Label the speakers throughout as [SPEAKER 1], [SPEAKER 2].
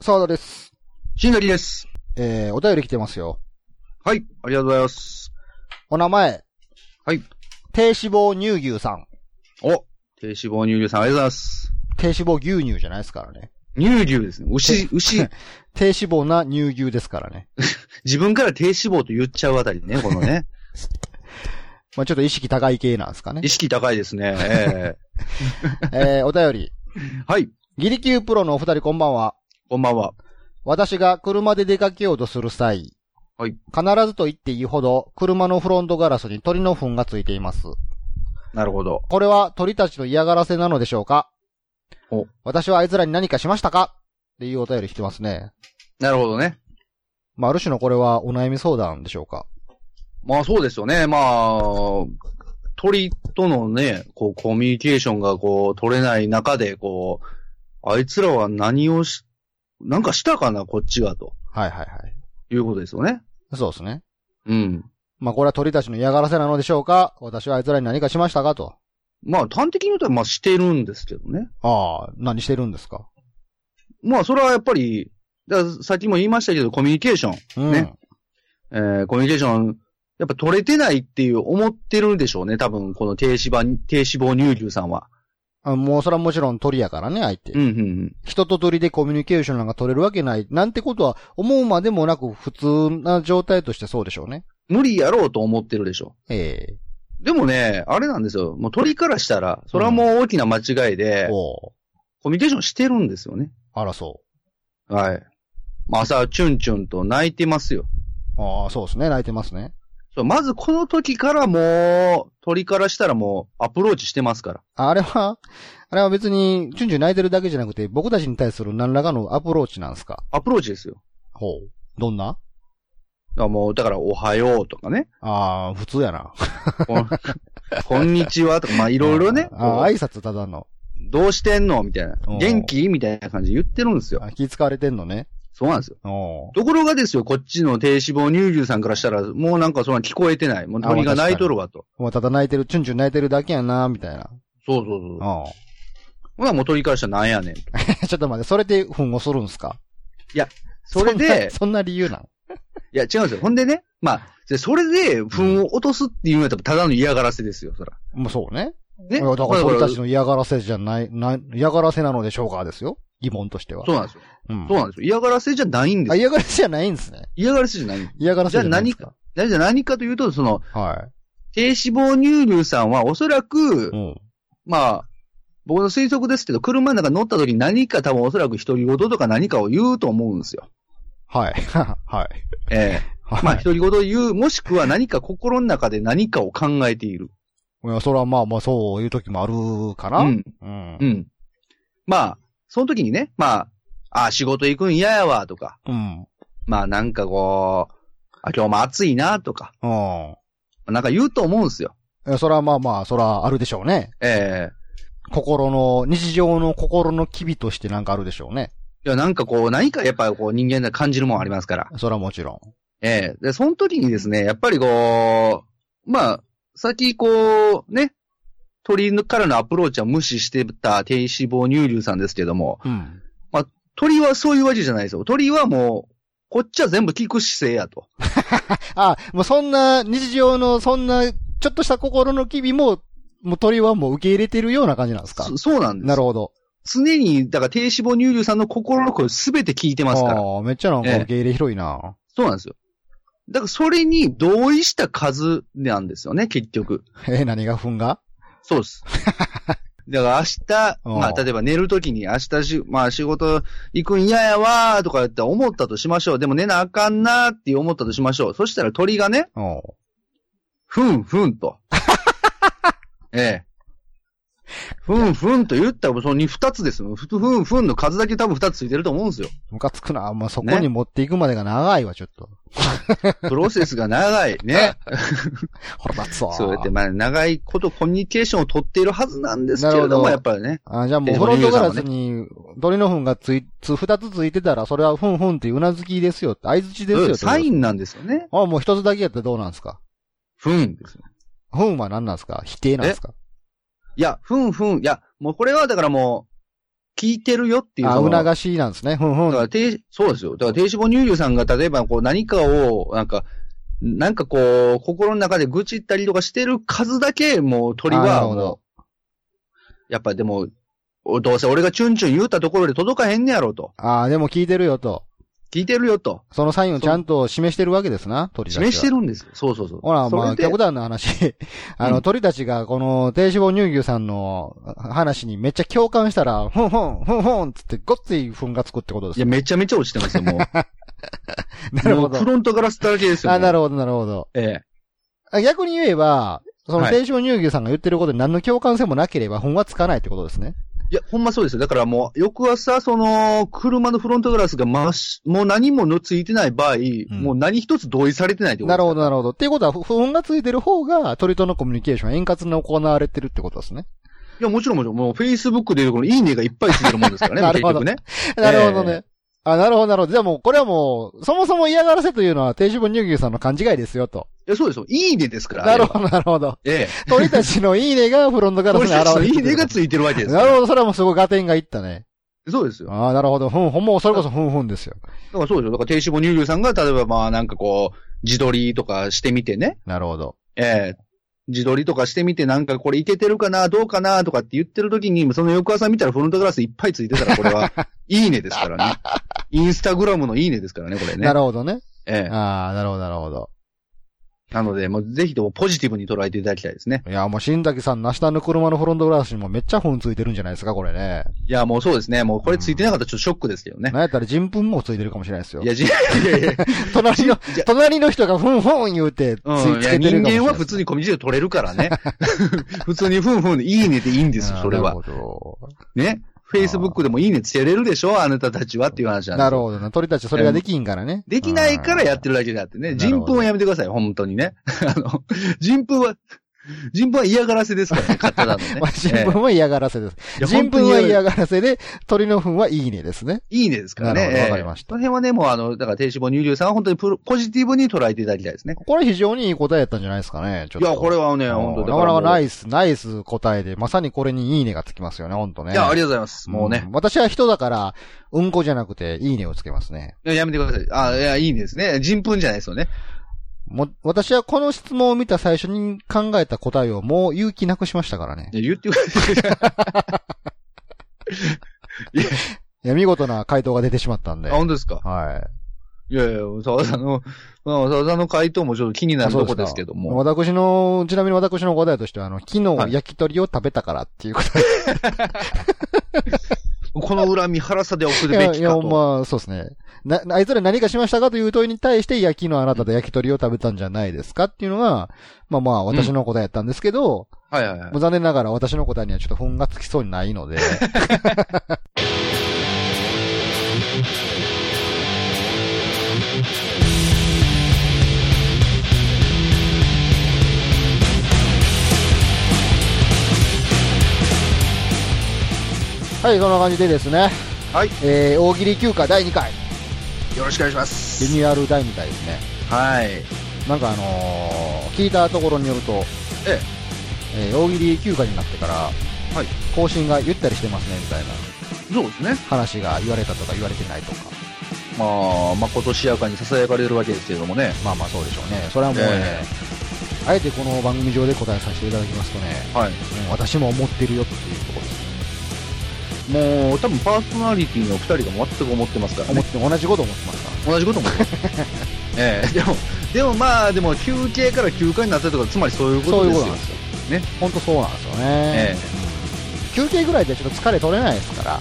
[SPEAKER 1] 沢田です。
[SPEAKER 2] しんがりです。
[SPEAKER 1] えー、お便り来てますよ。
[SPEAKER 2] はい、ありがとうございます。
[SPEAKER 1] お名前。
[SPEAKER 2] はい。
[SPEAKER 1] 低脂肪乳牛さん。
[SPEAKER 2] お、低脂肪乳牛さんありがとうございます。
[SPEAKER 1] 低脂肪牛乳じゃないですからね。
[SPEAKER 2] 乳牛ですね。牛、 牛、
[SPEAKER 1] 低脂肪な乳牛ですからね。
[SPEAKER 2] 自分から低脂肪と言っちゃうあたりね、このね。
[SPEAKER 1] まあちょっと意識高い系なんですかね
[SPEAKER 2] 意。識高いです ね。え
[SPEAKER 1] えー、お便り。
[SPEAKER 2] えはい、
[SPEAKER 1] ギリキュープロのお二人こんばんは。
[SPEAKER 2] こんばんは。
[SPEAKER 1] 私が車で出かけようとする際。
[SPEAKER 2] はい。
[SPEAKER 1] 必ずと言っていいほど、車のフロントガラスに鳥の糞がついています。
[SPEAKER 2] なるほど。
[SPEAKER 1] これは鳥たちの嫌がらせなのでしょうか
[SPEAKER 2] お
[SPEAKER 1] 私はあいつらに何かしましたかっていうお便り来てますね。
[SPEAKER 2] なるほどね。
[SPEAKER 1] まあ、ある種のこれはお悩み相談でしょうか。
[SPEAKER 2] まあそうですよね。まあ、鳥とのね、こう、コミュニケーションがこう、取れない中で、こう、あいつらは何をし、なんかしたかな、こっちが、と
[SPEAKER 1] はいはいはい。
[SPEAKER 2] いうことですよね。
[SPEAKER 1] そうですね。
[SPEAKER 2] うん。
[SPEAKER 1] まあ、これは鳥たちの嫌がらせなのでしょうか私はあいつらに何かしましたかと。
[SPEAKER 2] まあ、端的に言うと、まあ、してるんですけどね。
[SPEAKER 1] ああ、何してるんですか
[SPEAKER 2] まあ、それはやっぱり、だからさっきも言いましたけど、コミュニケーション。
[SPEAKER 1] うん。
[SPEAKER 2] ねえーコミュニケーション、やっぱ取れてないっていう思ってるんでしょうね。多分、この低脂肪、低脂肪乳牛さんは。
[SPEAKER 1] あもうそれはもちろん鳥やからね、相手。
[SPEAKER 2] うん、うん、うん。
[SPEAKER 1] 人と鳥でコミュニケーションなんか取れるわけない。なんてことは思うまでもなく普通な状態としてそうでしょうね。
[SPEAKER 2] 無理やろうと思ってるでしょ
[SPEAKER 1] え
[SPEAKER 2] う。でもね、あれなんですよ。もう鳥からしたら、それはもう大きな間違い
[SPEAKER 1] え
[SPEAKER 2] で、
[SPEAKER 1] おう
[SPEAKER 2] コミュニケーションしてるんですよね。
[SPEAKER 1] あらそ
[SPEAKER 2] はい。まあ、朝、チュンチュンと泣いてますよ。
[SPEAKER 1] う。ああ、そうですね。泣いてますね。
[SPEAKER 2] そう、まずこの時からもう、鳥からしたらもう、アプローチしてますから。
[SPEAKER 1] ああれは、あれは別に、チュンチュン泣いてるだけじゃなくて、僕たちに対する何らかのアプローチなんですか
[SPEAKER 2] アプローチですよ。
[SPEAKER 1] ほう。どんな
[SPEAKER 2] だからもう、だから、おはようとかね。
[SPEAKER 1] ああ、普通やな。
[SPEAKER 2] こん こんにちはとか、まあ、い
[SPEAKER 1] い
[SPEAKER 2] ろいろね。
[SPEAKER 1] あ
[SPEAKER 2] こ
[SPEAKER 1] あ、
[SPEAKER 2] う
[SPEAKER 1] 挨拶ただの。
[SPEAKER 2] どうしてんのみたいな
[SPEAKER 1] うん。
[SPEAKER 2] 元気みたいな感じで言ってるんですよ。
[SPEAKER 1] あ気使われてんのね。
[SPEAKER 2] そうなんですよ。
[SPEAKER 1] おう
[SPEAKER 2] ところがですよ、こっちの低脂肪乳牛さんからしたら、もうなんかそんな聞こえてない。もう鳥が泣いとるわと。
[SPEAKER 1] まあ、ただ泣いてる、チュンチュン泣いてるだけやな、みたいな。
[SPEAKER 2] そうそうそう。
[SPEAKER 1] おう
[SPEAKER 2] ほな、もう鳥からしたらなんやねんと。
[SPEAKER 1] ちょっと待って、それで糞をするんすか
[SPEAKER 2] それ
[SPEAKER 1] んな
[SPEAKER 2] で、
[SPEAKER 1] そんな理由なん
[SPEAKER 2] いや、違うんですよ。ほんでね、まあ、でそれで、糞を落とすっていうのは多分ただの嫌がらせですよ、そら。
[SPEAKER 1] まあ、そうね。
[SPEAKER 2] ね。
[SPEAKER 1] いやだから、
[SPEAKER 2] まあ
[SPEAKER 1] 俺たちの嫌がらせじゃない、な、嫌がらせなのでしょうかですよ。疑問としては。
[SPEAKER 2] そうなんですよ。
[SPEAKER 1] うん
[SPEAKER 2] そうなんですよ。嫌がらせじゃないんで
[SPEAKER 1] あ、
[SPEAKER 2] すよ。
[SPEAKER 1] 嫌がらせじゃないんですね。
[SPEAKER 2] 嫌がらせじゃない。
[SPEAKER 1] 嫌がらせじゃないんですか。
[SPEAKER 2] なじゃあ何かというと、その、
[SPEAKER 1] は
[SPEAKER 2] 低脂肪乳牛さんはおそらく、
[SPEAKER 1] い。うん。
[SPEAKER 2] まあ、僕の推測ですけど、車の中に乗った時に何か多分おそらく独り言とか何かを言うと思うんですよ。
[SPEAKER 1] はい。 はい。
[SPEAKER 2] ええ
[SPEAKER 1] はい。
[SPEAKER 2] まあ、独り言を言う、もしくは何か心の中で何かを考えている。
[SPEAKER 1] いや、それはまあまあそういう時もあるかな。
[SPEAKER 2] うん。
[SPEAKER 1] うん
[SPEAKER 2] う。ん。まあ、その時にね、まあ、ああ、仕事行くん嫌やわ、とか、
[SPEAKER 1] うん。
[SPEAKER 2] まあなんかこう、あ、今日も暑いな、とか、
[SPEAKER 1] うん。
[SPEAKER 2] なんか言うと思うんですよ。
[SPEAKER 1] いやそれはまあまあ、それはあるでしょうね。
[SPEAKER 2] ええ
[SPEAKER 1] 心の、日常の心の機微としてなんかあるでしょうね。
[SPEAKER 2] いや、なんかこう、何かやっぱりこう、人間で感じるもんありますから。
[SPEAKER 1] それはもちろん。
[SPEAKER 2] ええで、その時にですね、やっぱりこう、まあ、先こう、ね、鳥からのアプローチは無視してた低脂肪乳流さんですけども、
[SPEAKER 1] うん。
[SPEAKER 2] 鳥はそういうわけじゃないですよ。鳥はもう、こっちは全部聞く姿勢やと。
[SPEAKER 1] あ、もうそんな、日常の、そんな、ちょっとした心の機微も、もう鳥はもう受け入れてるような感じなんですか
[SPEAKER 2] そそうなんです。
[SPEAKER 1] なるほど。
[SPEAKER 2] 常に、だから低脂肪乳流さんの心の声すべて聞いてますから。
[SPEAKER 1] ああ、めっちゃなんか
[SPEAKER 2] ええ
[SPEAKER 1] 受け入れ広いな。
[SPEAKER 2] そうなんですよ。だからそれに同意した数なんですよね、結局。
[SPEAKER 1] ええ、何が踏んが
[SPEAKER 2] そう です。だから明日、
[SPEAKER 1] うん
[SPEAKER 2] まあ、例えば寝るときに明日し、まあ、仕事行くん嫌やわーとか言って思ったとしましょう。でも寝なあかんなーって思ったとしましょう。そしたら鳥がね、
[SPEAKER 1] おう
[SPEAKER 2] ふんふ んと。ええ。ふんふんと言ったら、その二二つですよ。ふふんふんの数だけ多分二つついてると思うんですよ。
[SPEAKER 1] ムカつくな。まあ、そこ
[SPEAKER 2] ね
[SPEAKER 1] に持っていくまでが長いわ、ちょっと。
[SPEAKER 2] プロセスが 長い。ね。
[SPEAKER 1] ほら、立つわ。
[SPEAKER 2] そうやって、まあ、長いことコミュニケーションを取っているはずなんですけれ
[SPEAKER 1] なる
[SPEAKER 2] ど
[SPEAKER 1] ほ
[SPEAKER 2] も、
[SPEAKER 1] ど
[SPEAKER 2] やっぱりね。
[SPEAKER 1] あ、じゃあもう
[SPEAKER 2] え
[SPEAKER 1] フロントガラスに鳥の糞がつい、つ、二つついてたら、それはふんふんってうなずきですよ。相づちですよっ
[SPEAKER 2] う
[SPEAKER 1] て。
[SPEAKER 2] んサインなんですよね。
[SPEAKER 1] あ、もう一つだけやったらどうなんですか
[SPEAKER 2] ふんですよ。
[SPEAKER 1] ふんは何なんですか否定なんですか
[SPEAKER 2] いや、ふんふん。いや、もうこれはだからも聞いてるよっていう。
[SPEAKER 1] あ、
[SPEAKER 2] その
[SPEAKER 1] 促しなんですね。ふんふ
[SPEAKER 2] だか
[SPEAKER 1] ん。
[SPEAKER 2] ら低、そうですよ。だから低脂肪乳牛さんが例えばこう何かを、なんか、なんかこう、心の中で愚痴ったりとかしてる数だけ、もう鳥
[SPEAKER 1] あな
[SPEAKER 2] は
[SPEAKER 1] るほど、
[SPEAKER 2] やっぱでも、おどうせ俺がチュンチュン言うたところで届かへんねやろと。
[SPEAKER 1] ああ、でも聞いてるよと。
[SPEAKER 2] 聞いてるよと。
[SPEAKER 1] そのサインをちゃんと示してるわけですな、鳥たちは。
[SPEAKER 2] 示してるんですよ。そうそうそう。
[SPEAKER 1] ほら、まあ、
[SPEAKER 2] それで
[SPEAKER 1] 極端な話。 あの、
[SPEAKER 2] うん
[SPEAKER 1] 鳥たちが、この、低脂肪乳牛さんの話にめっちゃ共感したら、ふんふん、ふんふんつって、ごっつい粉がつくってことで
[SPEAKER 2] い
[SPEAKER 1] す
[SPEAKER 2] や、
[SPEAKER 1] よ。
[SPEAKER 2] めちゃめちゃ落ちてま すよ、もう。
[SPEAKER 1] なるほ
[SPEAKER 2] もうフ
[SPEAKER 1] ど。
[SPEAKER 2] ロントガラスだらけですよ。
[SPEAKER 1] あ、なる
[SPEAKER 2] ほ
[SPEAKER 1] ほど、なるほど。
[SPEAKER 2] ど。ええ。
[SPEAKER 1] あ逆に言えば、その
[SPEAKER 2] はい
[SPEAKER 1] 低脂肪乳牛さんが言ってることに何の共感性もなければ、本はつかないってことですね。
[SPEAKER 2] いや、ほんまそうですよ。だからもう、翌朝、その、車のフロントガラスがまし、もう何ものついてない場合、もう何一つ同意されてないってこと
[SPEAKER 1] なるほど、な
[SPEAKER 2] る
[SPEAKER 1] るほど。っていうことは、ふ本がついてる方が、鳥とのコミュニケーションは円滑に行われてるってことですね。
[SPEAKER 2] ほど。いや、もちろんもちろん、もう Facebook でいうこのいいねがいっぱいついてるもんですから ね、
[SPEAKER 1] なるほど
[SPEAKER 2] 結局ね。
[SPEAKER 1] なるほどね。あ、なるほど、なるほど。じゃあもう、これはもう、そもそも嫌がらせというのは、低脂肪乳牛さんの勘違いですよ、と。
[SPEAKER 2] いや、そうですよ。いいねですから。
[SPEAKER 1] なる
[SPEAKER 2] ど。
[SPEAKER 1] ほど、なるほど。
[SPEAKER 2] ええ。
[SPEAKER 1] 鳥たちのいいねがフロントガラス
[SPEAKER 2] これ
[SPEAKER 1] に現れて
[SPEAKER 2] い
[SPEAKER 1] きて
[SPEAKER 2] い
[SPEAKER 1] る
[SPEAKER 2] ねがついてるわけです
[SPEAKER 1] な
[SPEAKER 2] から。
[SPEAKER 1] るほど、それはもうすごい合点がいったね。
[SPEAKER 2] そうですよ。
[SPEAKER 1] ああ、なるほど。ふん、ほんもうそれこそふんふんですよ。
[SPEAKER 2] だからそうですよ。だから低脂肪乳牛さんが、例えばまあなんかこう、自撮りとかしてみてね。
[SPEAKER 1] なるほど。
[SPEAKER 2] ええ自撮りとかしてみてなんかこれいけてるかな、どうかな、とかって言ってる時に、その翌朝見たらフロントガラスいっぱいついてたら、こ れは、いいねですからね。インスタグラムのいいねですからね、これね。
[SPEAKER 1] なるほどね。
[SPEAKER 2] ええ
[SPEAKER 1] ああ、なるほど、なるほど。
[SPEAKER 2] なので、もうぜひともポジティブに捉えていただきたいですね。
[SPEAKER 1] いや、もう新崎さんの明日の車のフロントガラスにもめっちゃふんついてるんじゃないですか、これね。
[SPEAKER 2] いや、もうそうですね。もうこれついてなかったらちょっとショックですけどね。
[SPEAKER 1] なんやったら人糞もついてるかもしれないですよ
[SPEAKER 2] い。や、じいやいやいや、
[SPEAKER 1] 隣の、隣の人がふんふん言うて、つ
[SPEAKER 2] うん、
[SPEAKER 1] い
[SPEAKER 2] い
[SPEAKER 1] つ
[SPEAKER 2] や
[SPEAKER 1] けてるか
[SPEAKER 2] 人
[SPEAKER 1] もしれない。
[SPEAKER 2] 間は普通にコミュニティで取れるか らね。普通にふんふんでいいねでいいんですよ、それ
[SPEAKER 1] あ
[SPEAKER 2] は。
[SPEAKER 1] ーなるほ
[SPEAKER 2] ね。Facebook でもいいねつけれるでしょあなたたちはっていう
[SPEAKER 1] ど。
[SPEAKER 2] 話なんですよ
[SPEAKER 1] なるほどな。鳥たちそれができんからね。
[SPEAKER 2] できないからやってるだけであって
[SPEAKER 1] う
[SPEAKER 2] ね。
[SPEAKER 1] ん
[SPEAKER 2] 人糞はやめてください、本当にね。 あの、人糞は、人糞は嫌がらせですか らね、方だのね
[SPEAKER 1] まあ。人糞は嫌がらせです。
[SPEAKER 2] ええ
[SPEAKER 1] 人糞は嫌
[SPEAKER 2] いや本当に
[SPEAKER 1] がらせで、鳥の糞はいいねですね。
[SPEAKER 2] いいねですからね。
[SPEAKER 1] なるほど
[SPEAKER 2] ええ
[SPEAKER 1] わかりました
[SPEAKER 2] この辺はね、もうあの、だから低脂肪乳牛さんは本当にプロポジティブに捉えていただきたいですね。
[SPEAKER 1] これ非常にいい答えやったんじゃないですかね、ちょっ
[SPEAKER 2] い
[SPEAKER 1] と。
[SPEAKER 2] や、これはね、
[SPEAKER 1] うん
[SPEAKER 2] 本当に
[SPEAKER 1] なかなかナ
[SPEAKER 2] い。
[SPEAKER 1] イス、ナイス答えで、まさにこれにいいねがつきますよね、ほんとね。
[SPEAKER 2] いや、ありがとうございます。もうね
[SPEAKER 1] ん。。私は人だから、うんこじゃなくて、いいねをつけますね。
[SPEAKER 2] いややめてください。あ、いや、いいねですね。人糞じゃないですよね。
[SPEAKER 1] も、私はこの質問を見た最初に考えた答えをもう勇気なくしましたからね。
[SPEAKER 2] いや言ってくだ さい。
[SPEAKER 1] いや、見事な回答が出てしまったんで。
[SPEAKER 2] あ、
[SPEAKER 1] はい。
[SPEAKER 2] 本当ですか。いやいや、沢田さんの、まあ沢田さんの回答もちょっと気になるとこですけども。
[SPEAKER 1] 私の、ちなみに私の答えとしては、あの、昨
[SPEAKER 2] は
[SPEAKER 1] 日
[SPEAKER 2] い
[SPEAKER 1] 焼き鳥を食べたからっていうこと
[SPEAKER 2] この恨み腹さで送
[SPEAKER 1] い
[SPEAKER 2] るべ
[SPEAKER 1] や、
[SPEAKER 2] き
[SPEAKER 1] い
[SPEAKER 2] か
[SPEAKER 1] や、
[SPEAKER 2] と。
[SPEAKER 1] まあ、そうですね。な、あいつら何かしましたかという問いに対して、焼きのあなたと焼き鳥を食べたんじゃないですかっていうのが、まあまあ、私の答えやったんですけど、
[SPEAKER 2] はいはいはい
[SPEAKER 1] もう。残念ながら私の答えにはちょっと本がつきそうにないので、はい、そんな感じでですね、
[SPEAKER 2] はい。
[SPEAKER 1] えー、大喜利休暇第2回、
[SPEAKER 2] よろしくお願いしま
[SPEAKER 1] リニ
[SPEAKER 2] す。
[SPEAKER 1] ューアル第2回ですね。
[SPEAKER 2] はい。
[SPEAKER 1] なんかあのー聞いたところによると、
[SPEAKER 2] え
[SPEAKER 1] えー大喜利休暇になってから、
[SPEAKER 2] い
[SPEAKER 1] 更新がゆったりしてますねみたいな
[SPEAKER 2] そうですね。
[SPEAKER 1] 話が言われたとか言われてないとか、
[SPEAKER 2] まあ、まあ、今年やかに囁かれるわけですけれどもね。
[SPEAKER 1] まあまあそうでしょうね、それはもうね、
[SPEAKER 2] え
[SPEAKER 1] あえてこの番組上で答えさせていただきますとね、
[SPEAKER 2] はい。
[SPEAKER 1] うん私も思ってるよっていうところです、
[SPEAKER 2] もう、多分パーソナリティの二人が全く思ってますから
[SPEAKER 1] 思
[SPEAKER 2] ね
[SPEAKER 1] っ。て同じこと思ってますから。
[SPEAKER 2] 同じこと思ってます。 ええでも、でもまあ、でも休憩から休暇になったりとか、つまりそういうこ
[SPEAKER 1] そうい
[SPEAKER 2] と
[SPEAKER 1] う
[SPEAKER 2] で
[SPEAKER 1] こ
[SPEAKER 2] す
[SPEAKER 1] と
[SPEAKER 2] よ
[SPEAKER 1] なん。ですよ。
[SPEAKER 2] ね。
[SPEAKER 1] 本当そうなんですよね。
[SPEAKER 2] え
[SPEAKER 1] 休憩ぐらいでちょっと疲れ取れないですから、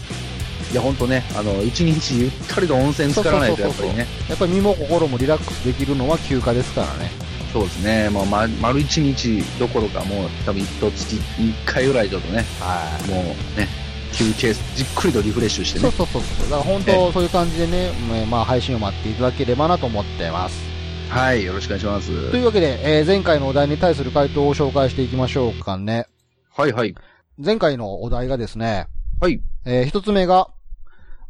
[SPEAKER 2] いや、ほんとね、あの、一日ゆったりと温泉浸からないと、やっぱりね。
[SPEAKER 1] やっぱり身も心もリラックスできるのは休暇ですからね。
[SPEAKER 2] そうですね。もう、ま、丸一日どころか、もう、多分一月一回ぐらいちょっとね、
[SPEAKER 1] はい。
[SPEAKER 2] もうね、休憩、じっくりとリフレッシュして
[SPEAKER 1] そ
[SPEAKER 2] ね
[SPEAKER 1] う。そうそうそう。だから本
[SPEAKER 2] え
[SPEAKER 1] 当そういう感じでね、えーまあ配信を待っていただければなと思ってます。
[SPEAKER 2] はい、よろしくお願いします。
[SPEAKER 1] というわけで、えー前回のお題に対する回答を紹介していきましょうかね。
[SPEAKER 2] はいはい。
[SPEAKER 1] 前回のお題がですね、
[SPEAKER 2] はい。
[SPEAKER 1] えー一つ目が、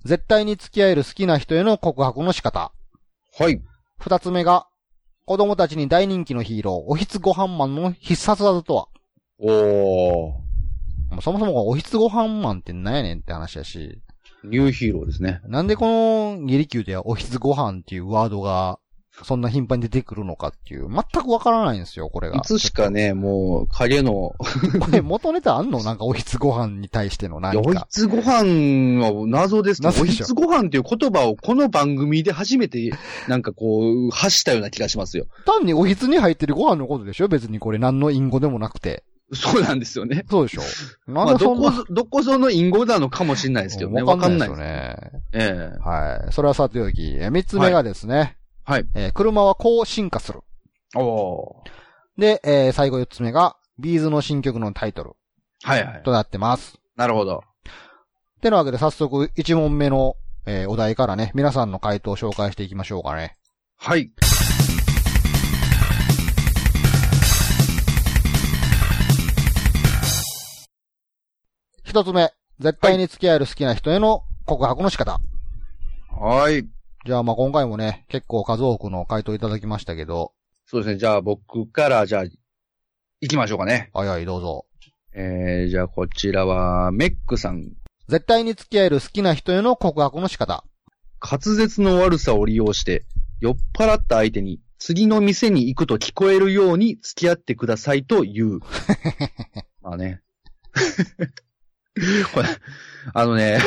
[SPEAKER 1] 絶対に付き合える好きな人への告白の仕方。
[SPEAKER 2] はい。
[SPEAKER 1] 二つ目が、子供たちに大人気のヒーロー、おひつごはんマンの必殺技とは
[SPEAKER 2] おー。
[SPEAKER 1] もうそもそもこうおひつご飯マンってなんやねんって話だし、
[SPEAKER 2] ニューヒーローですね。
[SPEAKER 1] なんでこのゲリキューではおひつご飯っていうワードが、そんな頻繁に出てくるのかっていう、全くわからないんですよ、これが。
[SPEAKER 2] いつしかね、もう、影の、
[SPEAKER 1] これ元ネタあんのなんかおひつご飯に対しての
[SPEAKER 2] いや
[SPEAKER 1] 何
[SPEAKER 2] おひ
[SPEAKER 1] か。
[SPEAKER 2] つご飯は謎ですけど、
[SPEAKER 1] 謎
[SPEAKER 2] お
[SPEAKER 1] で
[SPEAKER 2] ひ
[SPEAKER 1] しょ
[SPEAKER 2] つご飯っていう言葉をこの番組で初めて、なんかこう、発したような気がしますよ。
[SPEAKER 1] 単におひつに入ってるご飯のことでしょ別にこれ何の隠語でもなくて。
[SPEAKER 2] そうなんですよね。
[SPEAKER 1] そうでしょ
[SPEAKER 2] ま
[SPEAKER 1] なん
[SPEAKER 2] あ、
[SPEAKER 1] でそ
[SPEAKER 2] ど
[SPEAKER 1] んな、
[SPEAKER 2] こぞ、どこぞの隠語なのかもしれないですけどね。わかんない
[SPEAKER 1] ですよ
[SPEAKER 2] です。
[SPEAKER 1] ね。
[SPEAKER 2] ええ
[SPEAKER 1] はい。それはさておき、え三つ目がですね。
[SPEAKER 2] はいはい
[SPEAKER 1] えー車はこう進化する。
[SPEAKER 2] おー
[SPEAKER 1] で、えー最後四つ目が、ビーズの新曲のタイトル
[SPEAKER 2] はいはい。
[SPEAKER 1] となってます。
[SPEAKER 2] なるほど。
[SPEAKER 1] てなわけで早速、一問目の、えーお題からね、皆さんの回答を紹介していきましょうかね。
[SPEAKER 2] はい。
[SPEAKER 1] 一つ目、絶対に付き合える好きな人への告白の仕方。
[SPEAKER 2] はい。
[SPEAKER 1] じゃあ、まあ今回もね、結構数多くの回答いただきましたけど、
[SPEAKER 2] そうですね。じゃあ僕から、じゃあ、行きましょうかね。
[SPEAKER 1] はいはい、どうぞ。
[SPEAKER 2] えー、じゃあこちらは、メックさん。
[SPEAKER 1] 絶対に付き合える好きな人への告白の仕方。
[SPEAKER 2] 滑舌の悪さを利用して、酔っ払った相手に、次の店に行くと聞こえるように付き合ってくださいと言う。まあね。 これ、あのね、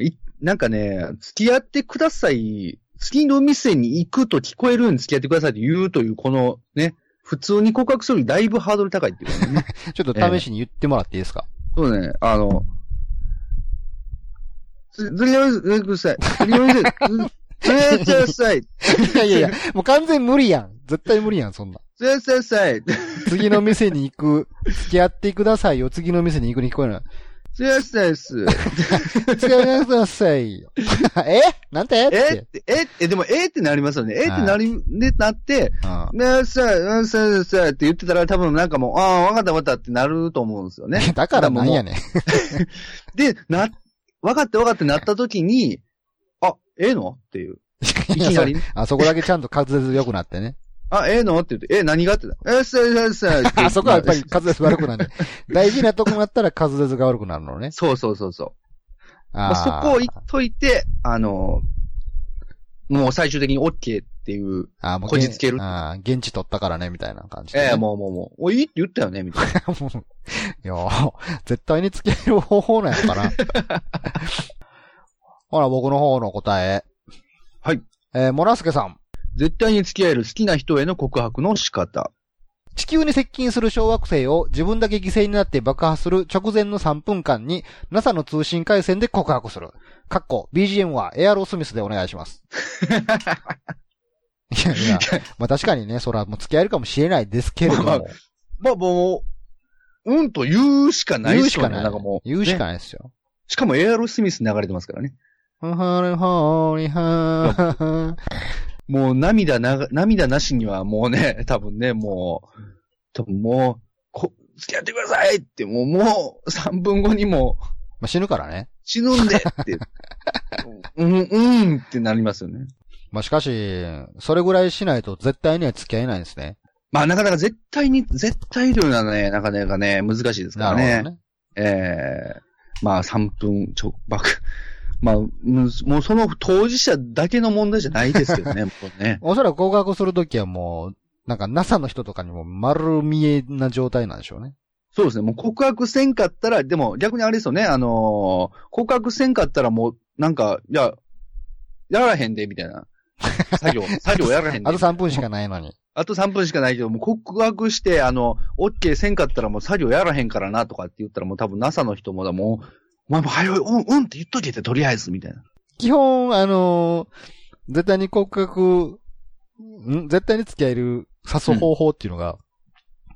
[SPEAKER 2] いなんかね、付き合ってください、次の店に行くと聞こえるように付き合ってくださいと言うという、このね、普通に告白するよりだいぶハードル高いっていうかね。
[SPEAKER 1] ちょっと試しに言ってもらっていいですか、
[SPEAKER 2] そうね、あの、ず、ずりおいずりください。ずりおいずずりおいくださ い。
[SPEAKER 1] いやいやいや、もう完全無理やん。絶対無理やん、そんな。
[SPEAKER 2] ずりおいください。
[SPEAKER 1] 次の店に行く、付き合ってくださいよ。次の店に行くに聞こえない。
[SPEAKER 2] ずりおいください です。
[SPEAKER 1] 付き合ってくださいよ。 えなんてっ。
[SPEAKER 2] えってて、えって、でも、えってなりますよね。えってなり、で、なって、
[SPEAKER 1] うん
[SPEAKER 2] ずりおいください、ずりおいくださいって言ってたら、多分なんかもう、ああ、わかったわかったってなると思うんです よね。
[SPEAKER 1] だからなんやねん。
[SPEAKER 2] で、な、わかったわかったってなった時に、あ、ええのっていう。 いきなりね。
[SPEAKER 1] あそこだけちゃんと滑舌良くな ってね。
[SPEAKER 2] あ、ええのって言って、え、何がって、え、さいさいさいって言って。
[SPEAKER 1] あそこはやっぱり滑舌悪くなる ね。大事なとこになったら滑舌が悪くなるのね。
[SPEAKER 2] そうそうそうそう。
[SPEAKER 1] あ
[SPEAKER 2] ま
[SPEAKER 1] ー
[SPEAKER 2] あそこを言っといて、あの、もう最終的に OK っていう、
[SPEAKER 1] あーもう
[SPEAKER 2] こじつける
[SPEAKER 1] あー現地取ったからね、みたいな感じでね、
[SPEAKER 2] ええもうもうもう、おいいって言ったよね、みたいな。
[SPEAKER 1] もう。 いやー、絶対に付き合える方法なんやから。 ほら、僕の方の答え。
[SPEAKER 2] はい。
[SPEAKER 1] えー、モラスケさん。
[SPEAKER 2] 絶対に付き合える好きな人への告白の仕方。
[SPEAKER 1] 地球に接近する小惑星を自分だけ犠牲になって爆破する直前の3分間に NASA の通信回線で告白する。かっこ、BGM はエアロスミスでお願いし ます。いやいや、まあ確かにね、そらもう付き合えるかもしれないですけれど
[SPEAKER 2] まあ
[SPEAKER 1] も、
[SPEAKER 2] まあもう、うんと言うしかない
[SPEAKER 1] 言う
[SPEAKER 2] で
[SPEAKER 1] し
[SPEAKER 2] すよ
[SPEAKER 1] か
[SPEAKER 2] ね
[SPEAKER 1] ない
[SPEAKER 2] なんかも。う。
[SPEAKER 1] 言うし
[SPEAKER 2] ね
[SPEAKER 1] かないですよ。
[SPEAKER 2] しかもエアロスミス流れてますからね。
[SPEAKER 1] ホーリホーリホー
[SPEAKER 2] もう涙なが、涙なしにはもうね、 多分ね、もう、多分もう、こ付き合ってくださいって、もう、もう、3分後にもう、
[SPEAKER 1] まあ死ぬからね。
[SPEAKER 2] 死ぬんでって、 うん、うんってなりますよね。
[SPEAKER 1] まあ、しかし、それぐらいしないと絶対には付き合えないんですね。
[SPEAKER 2] まあ、なかなか絶対に、絶対というのはね、なかなかね、難しいですからね。
[SPEAKER 1] ね。
[SPEAKER 2] ええまあ、3分ちょ、ばく。 まあ、うんもうその当事者だけの問題じゃないですけどね、もうね。
[SPEAKER 1] おそらく合格するときはもう、なんか NASA の人とかにも丸見えな状態なんでしょうね。
[SPEAKER 2] そうですね、もう告白せんかったら、でも逆にあれですよね、あのー告白せんかったらもう、なんか、いや、やらへんで、みたいな。作業、作業やらへんで。
[SPEAKER 1] あと3分しかないのに。
[SPEAKER 2] あと3分しかないけど、もう告白して、あの、OK せんかったらもう作業やらへんからなとかって言ったらもう多分 NASA の人もだもう、お前も早い、うん、うんって言っとけってとりあえずみ たいな。
[SPEAKER 1] 基本、あのー絶対に告白、ん絶対に付き合える誘う方法っていうのが、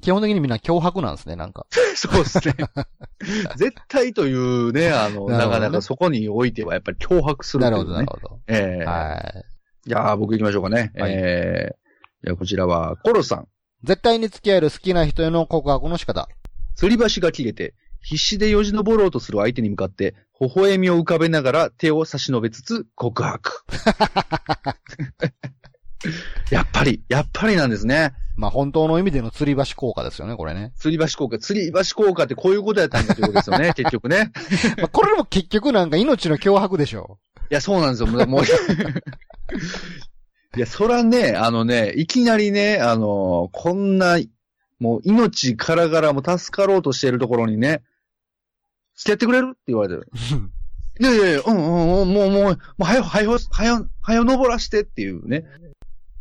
[SPEAKER 1] 基本的にみんな脅迫なんですね、なんか。
[SPEAKER 2] そうですね。 絶対というね、あ
[SPEAKER 1] なるほ
[SPEAKER 2] の、な
[SPEAKER 1] どね
[SPEAKER 2] かなかそこにおいてはやっぱり脅迫する
[SPEAKER 1] な
[SPEAKER 2] って
[SPEAKER 1] る
[SPEAKER 2] い
[SPEAKER 1] ほど、
[SPEAKER 2] う
[SPEAKER 1] な
[SPEAKER 2] ね
[SPEAKER 1] る。ほど。
[SPEAKER 2] ええ
[SPEAKER 1] はい。
[SPEAKER 2] じゃあ僕行きましょうかね。
[SPEAKER 1] はい
[SPEAKER 2] ええじゃあこちらは、コロさん。
[SPEAKER 1] 絶対に付き合える好きな人への告白の仕方。
[SPEAKER 2] 吊り橋が切れて、必死でよじ登ろうとする相手に向かって、微笑みを浮かべながら手を差し伸べつつ告 白。やっぱり、やっぱりなんですね。
[SPEAKER 1] まあ本当の意味での吊り橋効果ですよね、これ ね。
[SPEAKER 2] 吊り橋効果、吊り橋効果ってこういうことやったんだってことですよね、結局ね。
[SPEAKER 1] まあこれも結局なんか命の脅迫でしょ。
[SPEAKER 2] いや、そうなんですよ。もうもう、いや、そらね、あのね、いきなりね、あの、こんな、もう命からがらも助かろうとしているところにね、してやってくれるって言われてる。いやいやいや、うんうんうん、もうもう、もう、はよ、はよ、はよ、はよ登らしてっていうね。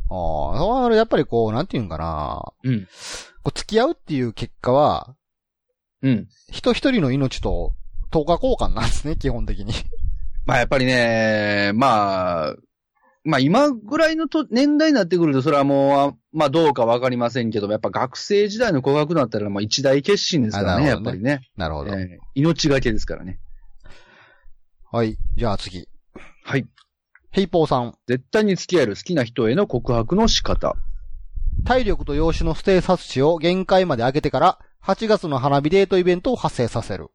[SPEAKER 1] ああ、それはやっぱりこう、なんていうんかな。
[SPEAKER 2] うん。
[SPEAKER 1] こう付き合うっていう結果は、
[SPEAKER 2] うん。
[SPEAKER 1] 人一人の命と等価交換なんですね、基本的に。
[SPEAKER 2] まあやっぱりね、まあ、まあ今ぐらいのと年代になってくると、それはもうあ、まあどうかわかりませんけども、やっぱ学生時代の高額だったら、まあ一大決心ですからね、
[SPEAKER 1] あな
[SPEAKER 2] や
[SPEAKER 1] る
[SPEAKER 2] っ
[SPEAKER 1] ほ
[SPEAKER 2] ぱ
[SPEAKER 1] ど
[SPEAKER 2] りね。
[SPEAKER 1] なるほど。
[SPEAKER 2] えー命がけですからね。
[SPEAKER 1] はい。じゃあ次。
[SPEAKER 2] はい。
[SPEAKER 1] ヘイポーさん。
[SPEAKER 2] 絶対に付き合える好きな人への告白の仕方。
[SPEAKER 1] 体力と容姿のステーサス値を限界まで上げてから、8月の花火デートイベントを発生させる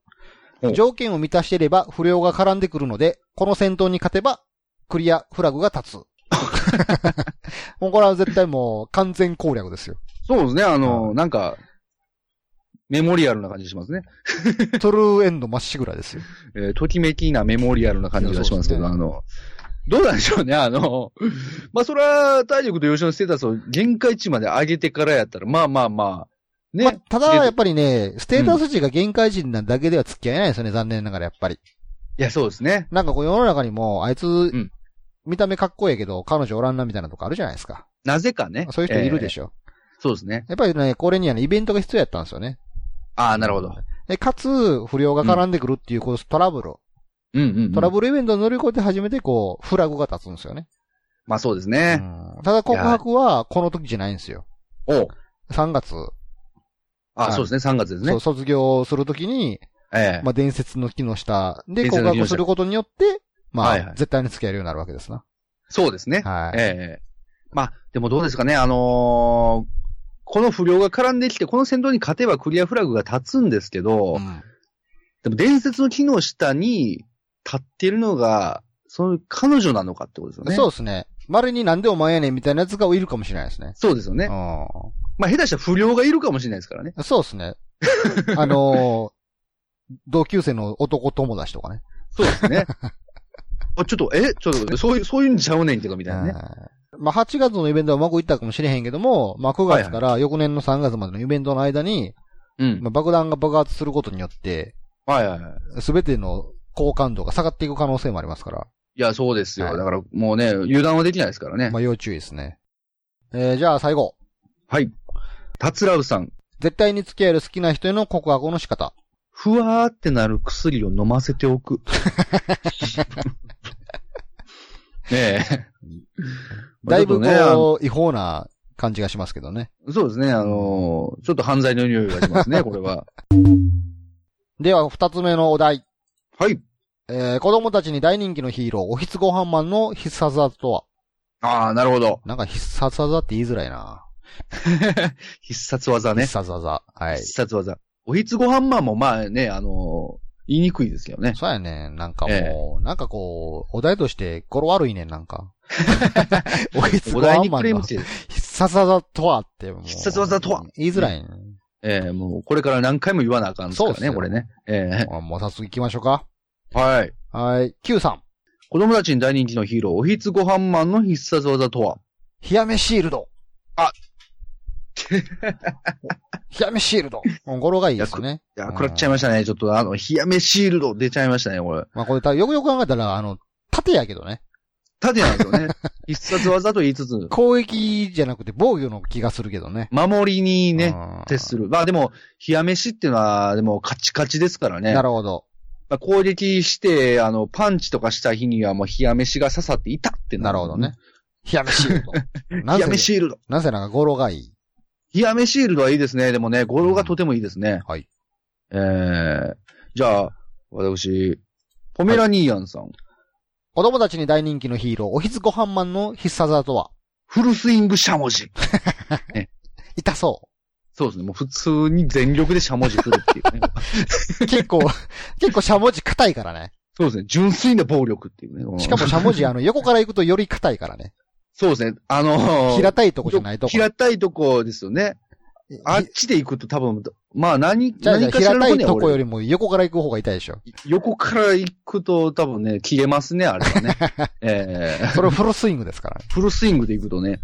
[SPEAKER 2] お。
[SPEAKER 1] 条件を満たしていれば不良が絡んでくるので、この戦闘に勝てば、クリアフラグが 立つ。もうこれは絶対もう完全攻略ですよ。
[SPEAKER 2] そうですね、あの、
[SPEAKER 1] う
[SPEAKER 2] なんか、メモリアルな感じしますね。
[SPEAKER 1] トゥルーエンドまっしぐらですよ。
[SPEAKER 2] えーときめきなメモリアルな感じがしますけど、
[SPEAKER 1] そうです
[SPEAKER 2] あ
[SPEAKER 1] ね
[SPEAKER 2] の、どうなんでしょうね、あの、 まあ、それは体力と容姿のステータスを限界値まで上げてからやったら、まあまあまあ、ね、
[SPEAKER 1] まあ、ただ、やっぱりね、ステータス値が限界値なだけでは付き合えないですよね、残念ながらやっぱり。
[SPEAKER 2] いや、そうですね。
[SPEAKER 1] なんかこう世の中にも、あいつ、
[SPEAKER 2] ん
[SPEAKER 1] 見た目かっこええけど、彼女おらんなみたいなとこあるじゃないですか。
[SPEAKER 2] なぜかね。
[SPEAKER 1] そういう人いるで
[SPEAKER 2] ょ。
[SPEAKER 1] しょ。
[SPEAKER 2] そうですね。
[SPEAKER 1] やっぱりね、これにはね、イベントが必要やったんですよね。
[SPEAKER 2] ああ、なるほど。
[SPEAKER 1] で、かつ、不良が絡んでくるっていう、このトラブル。
[SPEAKER 2] うんうん、うん。
[SPEAKER 1] トラブルイベントを乗り越えて初めて、こう、フラグが立つんですよね。
[SPEAKER 2] まあそうです
[SPEAKER 1] う
[SPEAKER 2] ね。
[SPEAKER 1] ん、ただ告白は、この時じゃないんですよ。
[SPEAKER 2] おう
[SPEAKER 1] 3月、
[SPEAKER 2] あ
[SPEAKER 1] は
[SPEAKER 2] あ、
[SPEAKER 1] い
[SPEAKER 2] そうですね、3月です
[SPEAKER 1] そ
[SPEAKER 2] ね
[SPEAKER 1] う。卒業するときに、
[SPEAKER 2] ええ
[SPEAKER 1] まあ、伝説の木の下で
[SPEAKER 2] 伝
[SPEAKER 1] 告
[SPEAKER 2] 説の木の下
[SPEAKER 1] 白することによって、まあ、
[SPEAKER 2] はいはい
[SPEAKER 1] 絶対に付き合えるようになるわけですな。
[SPEAKER 2] そうですね。
[SPEAKER 1] はい。
[SPEAKER 2] ええまあ、でもどうですかね、あのーこの不良が絡んできて、この戦闘に勝てばクリアフラグが立つんですけど、
[SPEAKER 1] うん
[SPEAKER 2] でも伝説の木の下に立ってるのが、その彼女なのかってことですよね。
[SPEAKER 1] そう
[SPEAKER 2] う。
[SPEAKER 1] ですね。稀になんでお前やねんみたいなやつがいるかもしれないですね。
[SPEAKER 2] そうですよね。
[SPEAKER 1] う
[SPEAKER 2] まあ、下手したら不良がいるかもしれないですからね。
[SPEAKER 1] ん。そう ですね。あのー同級生の男友達とかね。
[SPEAKER 2] そうです ね。あちょっと、えちょっと、そういう、そういうんちゃうねんけど、みたいなね。
[SPEAKER 1] うんまあ、8月のイベントはうまくいったかもしれへんけども、まあ、9月から翌年の3月までのイベントの間に、
[SPEAKER 2] うん。
[SPEAKER 1] まあ、爆弾が爆発することによって、
[SPEAKER 2] はいはいはい。
[SPEAKER 1] すべての好感度が下がっていく可能性もありますから、
[SPEAKER 2] いや、そうですよ。
[SPEAKER 1] はい
[SPEAKER 2] だから、もうね、油断はできないですからね。
[SPEAKER 1] まあ、要注意ですね。えー、じゃあ最後。
[SPEAKER 2] はい。タツラウさん。
[SPEAKER 1] 絶対に付き合える好きな人への告白の仕方。
[SPEAKER 2] ふわーってなる薬を飲ませてお く。ねえ。
[SPEAKER 1] だいぶ
[SPEAKER 2] まあちょっとねあの
[SPEAKER 1] こう、違法な感じがしますけどね。
[SPEAKER 2] そうですね、あのーちょっと犯罪の匂いがしま すね、これは。
[SPEAKER 1] では、二つ目のお題。
[SPEAKER 2] はい。
[SPEAKER 1] えー、子供たちに大人気のヒーロー、おひつごはんマンの必殺技とは
[SPEAKER 2] ああ、なるほど。
[SPEAKER 1] なんか必殺技って言いづらいな。
[SPEAKER 2] 必殺技ね
[SPEAKER 1] 必。殺技。はい。
[SPEAKER 2] 必殺技。おひつごはんまんもまあね、あのー言いにくいですけどね。
[SPEAKER 1] そうやね。なんかもう、なんかこう、お題として語呂悪いねん、なん か。おひつ
[SPEAKER 2] お
[SPEAKER 1] ご
[SPEAKER 2] 題
[SPEAKER 1] は
[SPEAKER 2] に
[SPEAKER 1] んマ
[SPEAKER 2] クレ
[SPEAKER 1] ン
[SPEAKER 2] ー
[SPEAKER 1] の
[SPEAKER 2] ムしてる。
[SPEAKER 1] 必殺技とはってもう。
[SPEAKER 2] 必殺技とは
[SPEAKER 1] 言いづらいね。
[SPEAKER 2] ええもうこれから何回も言わなあかんですか
[SPEAKER 1] そ
[SPEAKER 2] ら
[SPEAKER 1] うっす
[SPEAKER 2] ね、
[SPEAKER 1] よ
[SPEAKER 2] これね。え
[SPEAKER 1] あもう早速行きましょうか。
[SPEAKER 2] えはい。
[SPEAKER 1] はい。Q さん。
[SPEAKER 2] 子供たちに大人気のヒーロー、おひつごはんまんの必殺技とは
[SPEAKER 1] 冷やめシールド。
[SPEAKER 2] あ
[SPEAKER 1] 冷やめシールド。うん語呂がいいですね。
[SPEAKER 2] いや、食らっちゃいましたね。ちょっと、あの、冷やめシールド出ちゃいましたね、これ。
[SPEAKER 1] まあこれ、たよくよく考えたら、あの、盾やけどね。
[SPEAKER 2] 縦なんです よね。必殺技と言いつつ、
[SPEAKER 1] 攻撃じゃなくて防御の気がするけどね。
[SPEAKER 2] 守りにね、
[SPEAKER 1] うん
[SPEAKER 2] 徹する。まあでも、冷や飯っていうのは、でも、カチカチですからね。
[SPEAKER 1] なるほど。
[SPEAKER 2] まあ、攻撃して、あの、パンチとかした日にはもう冷や飯が刺さっていたって
[SPEAKER 1] なるほどね。。冷やめシー ルド。な
[SPEAKER 2] 冷
[SPEAKER 1] ん
[SPEAKER 2] や
[SPEAKER 1] せ、
[SPEAKER 2] 飯シールド。
[SPEAKER 1] なぜなんか語呂がいい。
[SPEAKER 2] 冷や飯シールドはいいですね。でもね、語呂がとてもいいですね。
[SPEAKER 1] はい。
[SPEAKER 2] えー、じゃあ、私、ポメラニーヤンさん、
[SPEAKER 1] 子供たちに大人気のヒーロー、おひつごはんマンの必殺技とは
[SPEAKER 2] フルスイングしゃもじ。
[SPEAKER 1] 痛そ
[SPEAKER 2] そうですね。もう普通に全力でしゃもじ振るっていうね。
[SPEAKER 1] う。結構、 結構しゃもじ硬いからね。
[SPEAKER 2] そうですね。純粋な暴力っていうね。
[SPEAKER 1] しかもしゃもじ、あの、横から行くとより硬いからね。
[SPEAKER 2] そうですね。あのー
[SPEAKER 1] 平たいとこじゃないとこ。
[SPEAKER 2] 平たいとこですよね。あっちで行くと多分、まあ何、
[SPEAKER 1] じゃあじゃ
[SPEAKER 2] 何
[SPEAKER 1] あ
[SPEAKER 2] かしら
[SPEAKER 1] 平た
[SPEAKER 2] のとこ
[SPEAKER 1] い
[SPEAKER 2] には
[SPEAKER 1] とこよ
[SPEAKER 2] 俺
[SPEAKER 1] りも横から行く方が痛いでしょ。
[SPEAKER 2] 横から行くと多分ね、消えますね、あれ はね。ええ
[SPEAKER 1] それフルスイングですからね。
[SPEAKER 2] フルスイングで行くとね。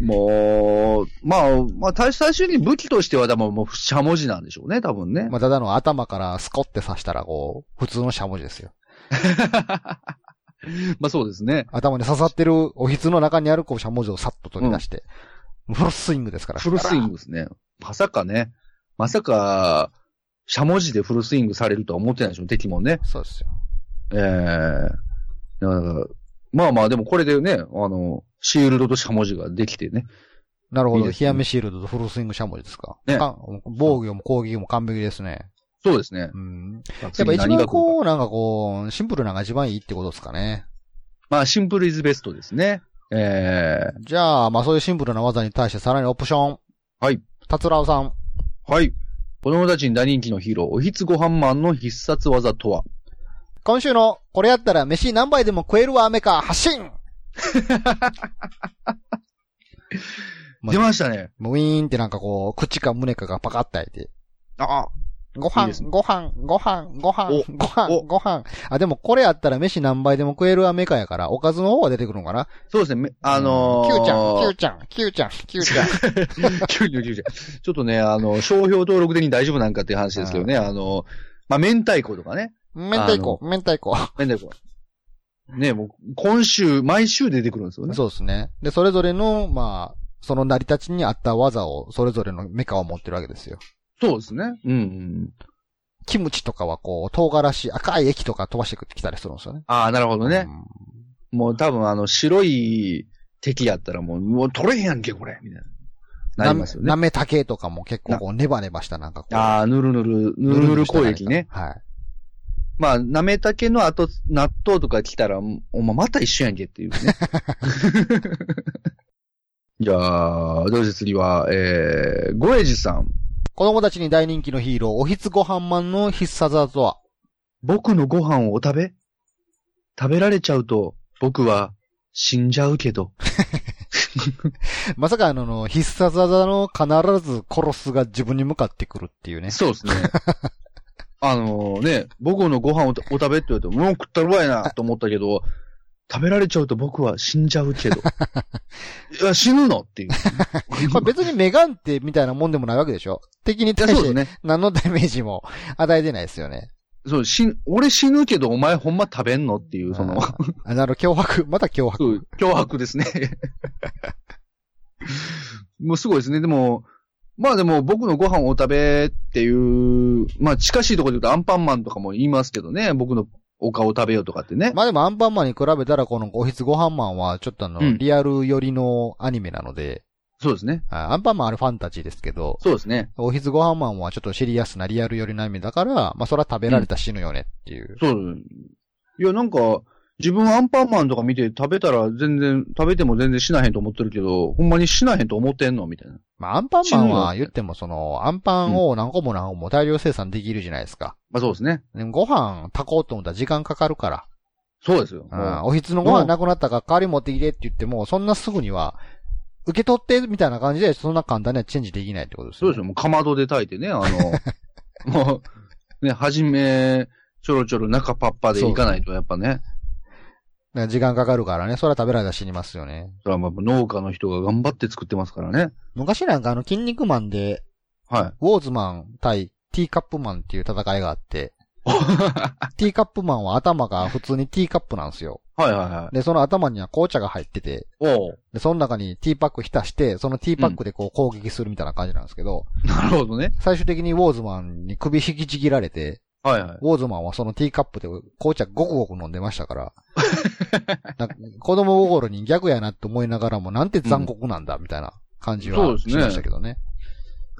[SPEAKER 2] もう、まあ、まあ、最最終的に武器としては多分もう、しゃもじなんでしょうね、多分ね。
[SPEAKER 1] まあ、ただの頭からスコって刺したら、こう、普通のしゃもじですよ。
[SPEAKER 2] まあそうですね。
[SPEAKER 1] 頭に刺さってるおひつの中にある、こう、しゃもじをさっと取り出して、フルスイングですから。
[SPEAKER 2] フルスイングですね。まさかね、まさか、しゃもじでフルスイングされるとは思ってないでしょう、敵もね。
[SPEAKER 1] そうですよ。
[SPEAKER 2] ええだからまあまあ、でもこれでね、あの、シールドとしゃもじができてね。
[SPEAKER 1] なるほ
[SPEAKER 2] いい
[SPEAKER 1] ど。
[SPEAKER 2] です
[SPEAKER 1] 冷
[SPEAKER 2] ね
[SPEAKER 1] や飯シールドとフルスイングしゃもじですか。
[SPEAKER 2] ね
[SPEAKER 1] か防御も攻撃も完璧ですね。
[SPEAKER 2] そうですね。
[SPEAKER 1] うん。
[SPEAKER 2] やっ
[SPEAKER 1] やっぱ一番
[SPEAKER 2] う。
[SPEAKER 1] こう、なんかこう、シンプルなのが一番いいってことですかね。
[SPEAKER 2] まあ、シンプルイズベストですね。ええ
[SPEAKER 1] じゃあ、まあそういうシンプルな技に対してさらにオプション。
[SPEAKER 2] はい。
[SPEAKER 1] 達郎さん。
[SPEAKER 2] はい。子供たちに大人気のヒーロー、おひつごはんマンの必殺技とは
[SPEAKER 1] 今週の、これやったら飯何杯でも食えるわ、雨か、発進まあ
[SPEAKER 2] 出ましたね。
[SPEAKER 1] もうウィーンってなんかこう、口か胸かがパカッと開いて。
[SPEAKER 2] あ
[SPEAKER 1] ご
[SPEAKER 2] いい
[SPEAKER 1] 飯
[SPEAKER 2] です、ね
[SPEAKER 1] ご飯、ご飯、ご飯
[SPEAKER 2] お、
[SPEAKER 1] ご飯
[SPEAKER 2] お、
[SPEAKER 1] ご飯。あ、でもこれやったら飯何杯でも食えるアメカやから、おかずの方が出てくるのかな
[SPEAKER 2] そうですね。めあのー、
[SPEAKER 1] キューちゃん、キューちゃん、キューちゃん、キューちゃん。
[SPEAKER 2] 急に急にちょっとね、あの、商標登録的に大丈夫なんかっていう話ですけどね、あの、まあ、明太子とかね。
[SPEAKER 1] 明太子、明太子。
[SPEAKER 2] 明太子。ね、もう、今週、毎週出てくるんですよね。
[SPEAKER 1] そうですね。で、それぞれの、まあ、その成り立ちに合った技を、それぞれのメカを持ってるわけですよ。
[SPEAKER 2] そうですね。うん、うん。
[SPEAKER 1] キムチとかはこう、唐辛子、赤い液とか飛ばしてきたりするんですよね。
[SPEAKER 2] ああ、なるほどね
[SPEAKER 1] う。ん
[SPEAKER 2] もう多分、あの、白い敵やったらもう、もう取れへんやんけ、これ。みたいな。なりますよね
[SPEAKER 1] な。めたけとかも結構こう、ネバネバしたなんかこう。
[SPEAKER 2] ああ、ぬるぬる、ぬるぬる攻撃ね。。
[SPEAKER 1] はい。
[SPEAKER 2] まあ、なめたけの後、納豆とか来たら、お前また一緒やんけって いうね。じゃあ、どうして次は、えー、ゴエジさん。
[SPEAKER 1] 子供たちに大人気のヒーロー、おひつごはんまんの必殺技とは、
[SPEAKER 2] 僕のご飯をお食べ食べられちゃうと、僕は死んじゃうけど。
[SPEAKER 1] まさかあのの、必殺技の必ず殺すが自分に向かってくるって いうね。
[SPEAKER 2] そう ですね。あのね、僕のご飯をお食べって言われても、もう食ったるわいなと思ったけど、食べられちゃうと僕は死んじゃ うけど。いや、死ぬのっていう。
[SPEAKER 1] まあ別にメガンテみたいなもんでもないわけでしょ敵に
[SPEAKER 2] いや
[SPEAKER 1] 対
[SPEAKER 2] そう
[SPEAKER 1] して
[SPEAKER 2] ですね。
[SPEAKER 1] 何のダメージも与えてないですよね。
[SPEAKER 2] そう、死ん、俺死ぬけどお前ほんま食べんのっていう、その、
[SPEAKER 1] あなるほど脅迫、 また脅迫。
[SPEAKER 2] そう脅迫ですね。 もうすごいですね。でも、まあでも僕のご飯をお食べっていう、まあ近しいところで言うとアンパンマンとかも言いますけどね、僕のお顔を食べようとかってね。
[SPEAKER 1] まあでもアンパンマンに比べたらこのおひつごはんマンはちょっとあの、
[SPEAKER 2] うん
[SPEAKER 1] リアル寄りのアニメなので、
[SPEAKER 2] そうですね。
[SPEAKER 1] あアンパンマンあれファンタジーですけど、
[SPEAKER 2] そうですね。
[SPEAKER 1] おひつごはんマンはちょっとシリアスなリアル寄りのアニメだから、まあそれは食べられたら死ぬよねっていう。
[SPEAKER 2] そう。いや、なんか、自分アンパンマンとか見て食べたら全然、食べても全然死なへんと思ってるけど、ほんまに死なへんと思ってんのみたいな。
[SPEAKER 1] まあアンパンマン
[SPEAKER 2] 死ぬよ
[SPEAKER 1] は言ってもその、アンパンを何個も何個も大量生産できるじゃないですか。
[SPEAKER 2] まあそうですね。
[SPEAKER 1] でもご飯炊こうと思ったら時間かかるから。
[SPEAKER 2] そうですよ。
[SPEAKER 1] うん、おひつのご飯なくなったから代わり持ってきてって言っても、そんなすぐには、受け取ってみたいな感じで、そんな簡単にはチェンジできないってことです
[SPEAKER 2] そう
[SPEAKER 1] よ
[SPEAKER 2] です
[SPEAKER 1] ね。
[SPEAKER 2] よ。もうかまどで炊いてね、あの、 もう、ね、はじめ、ちょろちょろ中パッパでいかないと、やっぱね、
[SPEAKER 1] だから時間かかるからね、それは食べられたら死にますよね。
[SPEAKER 2] それはまあ農家の人が頑張って作ってますからね。
[SPEAKER 1] 昔なんかあの、筋肉マンで、
[SPEAKER 2] はい。
[SPEAKER 1] ウォーズマン対ティーカップマンっていう戦いがあ って、ティーカップマンは頭が普通にティーカップなんですよ。
[SPEAKER 2] はいはいはい。
[SPEAKER 1] で、その頭には紅茶が入ってて、
[SPEAKER 2] おう
[SPEAKER 1] で、その中にティーパック浸して、そのティーパックでこう攻撃するみたいな感じなんですけど、
[SPEAKER 2] なるほどね。
[SPEAKER 1] 最終的にウォーズマンに首引きちぎられて、
[SPEAKER 2] はいはい。
[SPEAKER 1] ウォーズマンはそのティーカップで紅茶ごくごく飲んでました から、なんか子供心に逆やなって思いながらも、なんて残酷なんだ、みたいな感じ
[SPEAKER 2] そう
[SPEAKER 1] は
[SPEAKER 2] です
[SPEAKER 1] し
[SPEAKER 2] ね
[SPEAKER 1] ましたけどね。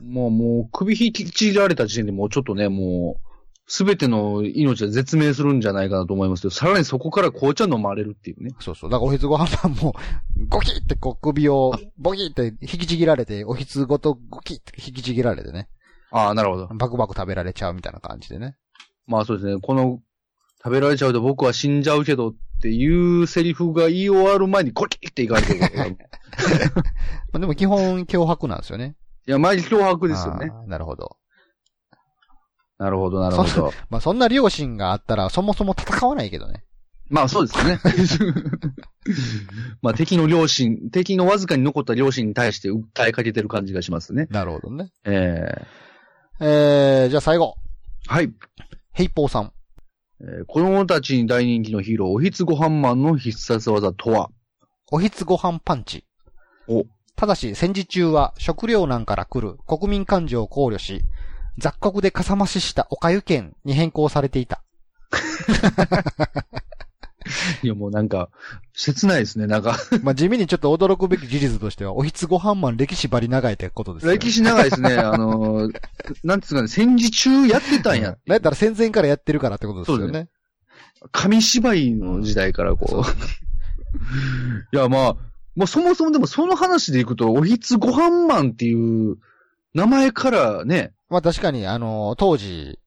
[SPEAKER 2] もう、もう、首引きちぎられた時点でもうちょっとね、もう、すべての命は絶命するんじゃないかなと思いますけど、さらにそこから紅茶飲まれるっていうね。
[SPEAKER 1] そうそう。だからおひつごはんさんも、ゴキってこう 首を、ボキって引きちぎられて、おひつごとゴキって引きちぎられてね、
[SPEAKER 2] ああ、なるほど。
[SPEAKER 1] バクバク食べられちゃうみたいな感じでね。
[SPEAKER 2] まあそうですね。この、食べられちゃうと僕は死んじゃうけどってっていうセリフが言い終わる前にコキっていかれてる。い
[SPEAKER 1] まあでも基本脅迫なんですよね。
[SPEAKER 2] や、毎日脅迫ですよ ね。
[SPEAKER 1] あー。なるほど。
[SPEAKER 2] なるほど、なるほ ど。
[SPEAKER 1] まあそんな両親があったらそもそも戦わないけどね。
[SPEAKER 2] まあそうですね。 まあ敵の両親、敵のわずかに残った両親に対して訴えかけてる感じがしますね。
[SPEAKER 1] なるほどね。
[SPEAKER 2] え
[SPEAKER 1] えー、じゃあ最後。
[SPEAKER 2] ー、はい。
[SPEAKER 1] ヘイポーさん。
[SPEAKER 2] えー子供たちに大人気のヒーロー、おひつごはんマンの必殺技とは
[SPEAKER 1] おひつご飯パンチ。
[SPEAKER 2] お
[SPEAKER 1] ただし、戦時中は食糧難から来る国民感情を考慮し、雑穀でかさ増ししたおかゆ券に変更されていた。
[SPEAKER 2] いやもうなんか、切ないですね。なんか、
[SPEAKER 1] まあ、地味にちょっと驚くべき事実としては、おひつご飯マン歴史ばり長いってことですよね。
[SPEAKER 2] 歴史長いですね。 あのー、なんていうんですかね、戦時中やってたん
[SPEAKER 1] な
[SPEAKER 2] や
[SPEAKER 1] ん。やったら戦前からやってるからってことですよ
[SPEAKER 2] そう
[SPEAKER 1] ね。
[SPEAKER 2] 紙芝居の時代からこ う。いや、まあ、まあそもそもでもその話でいくと、おひつごはんマンっていう名前からね、
[SPEAKER 1] まあ、確かに、あのー当時、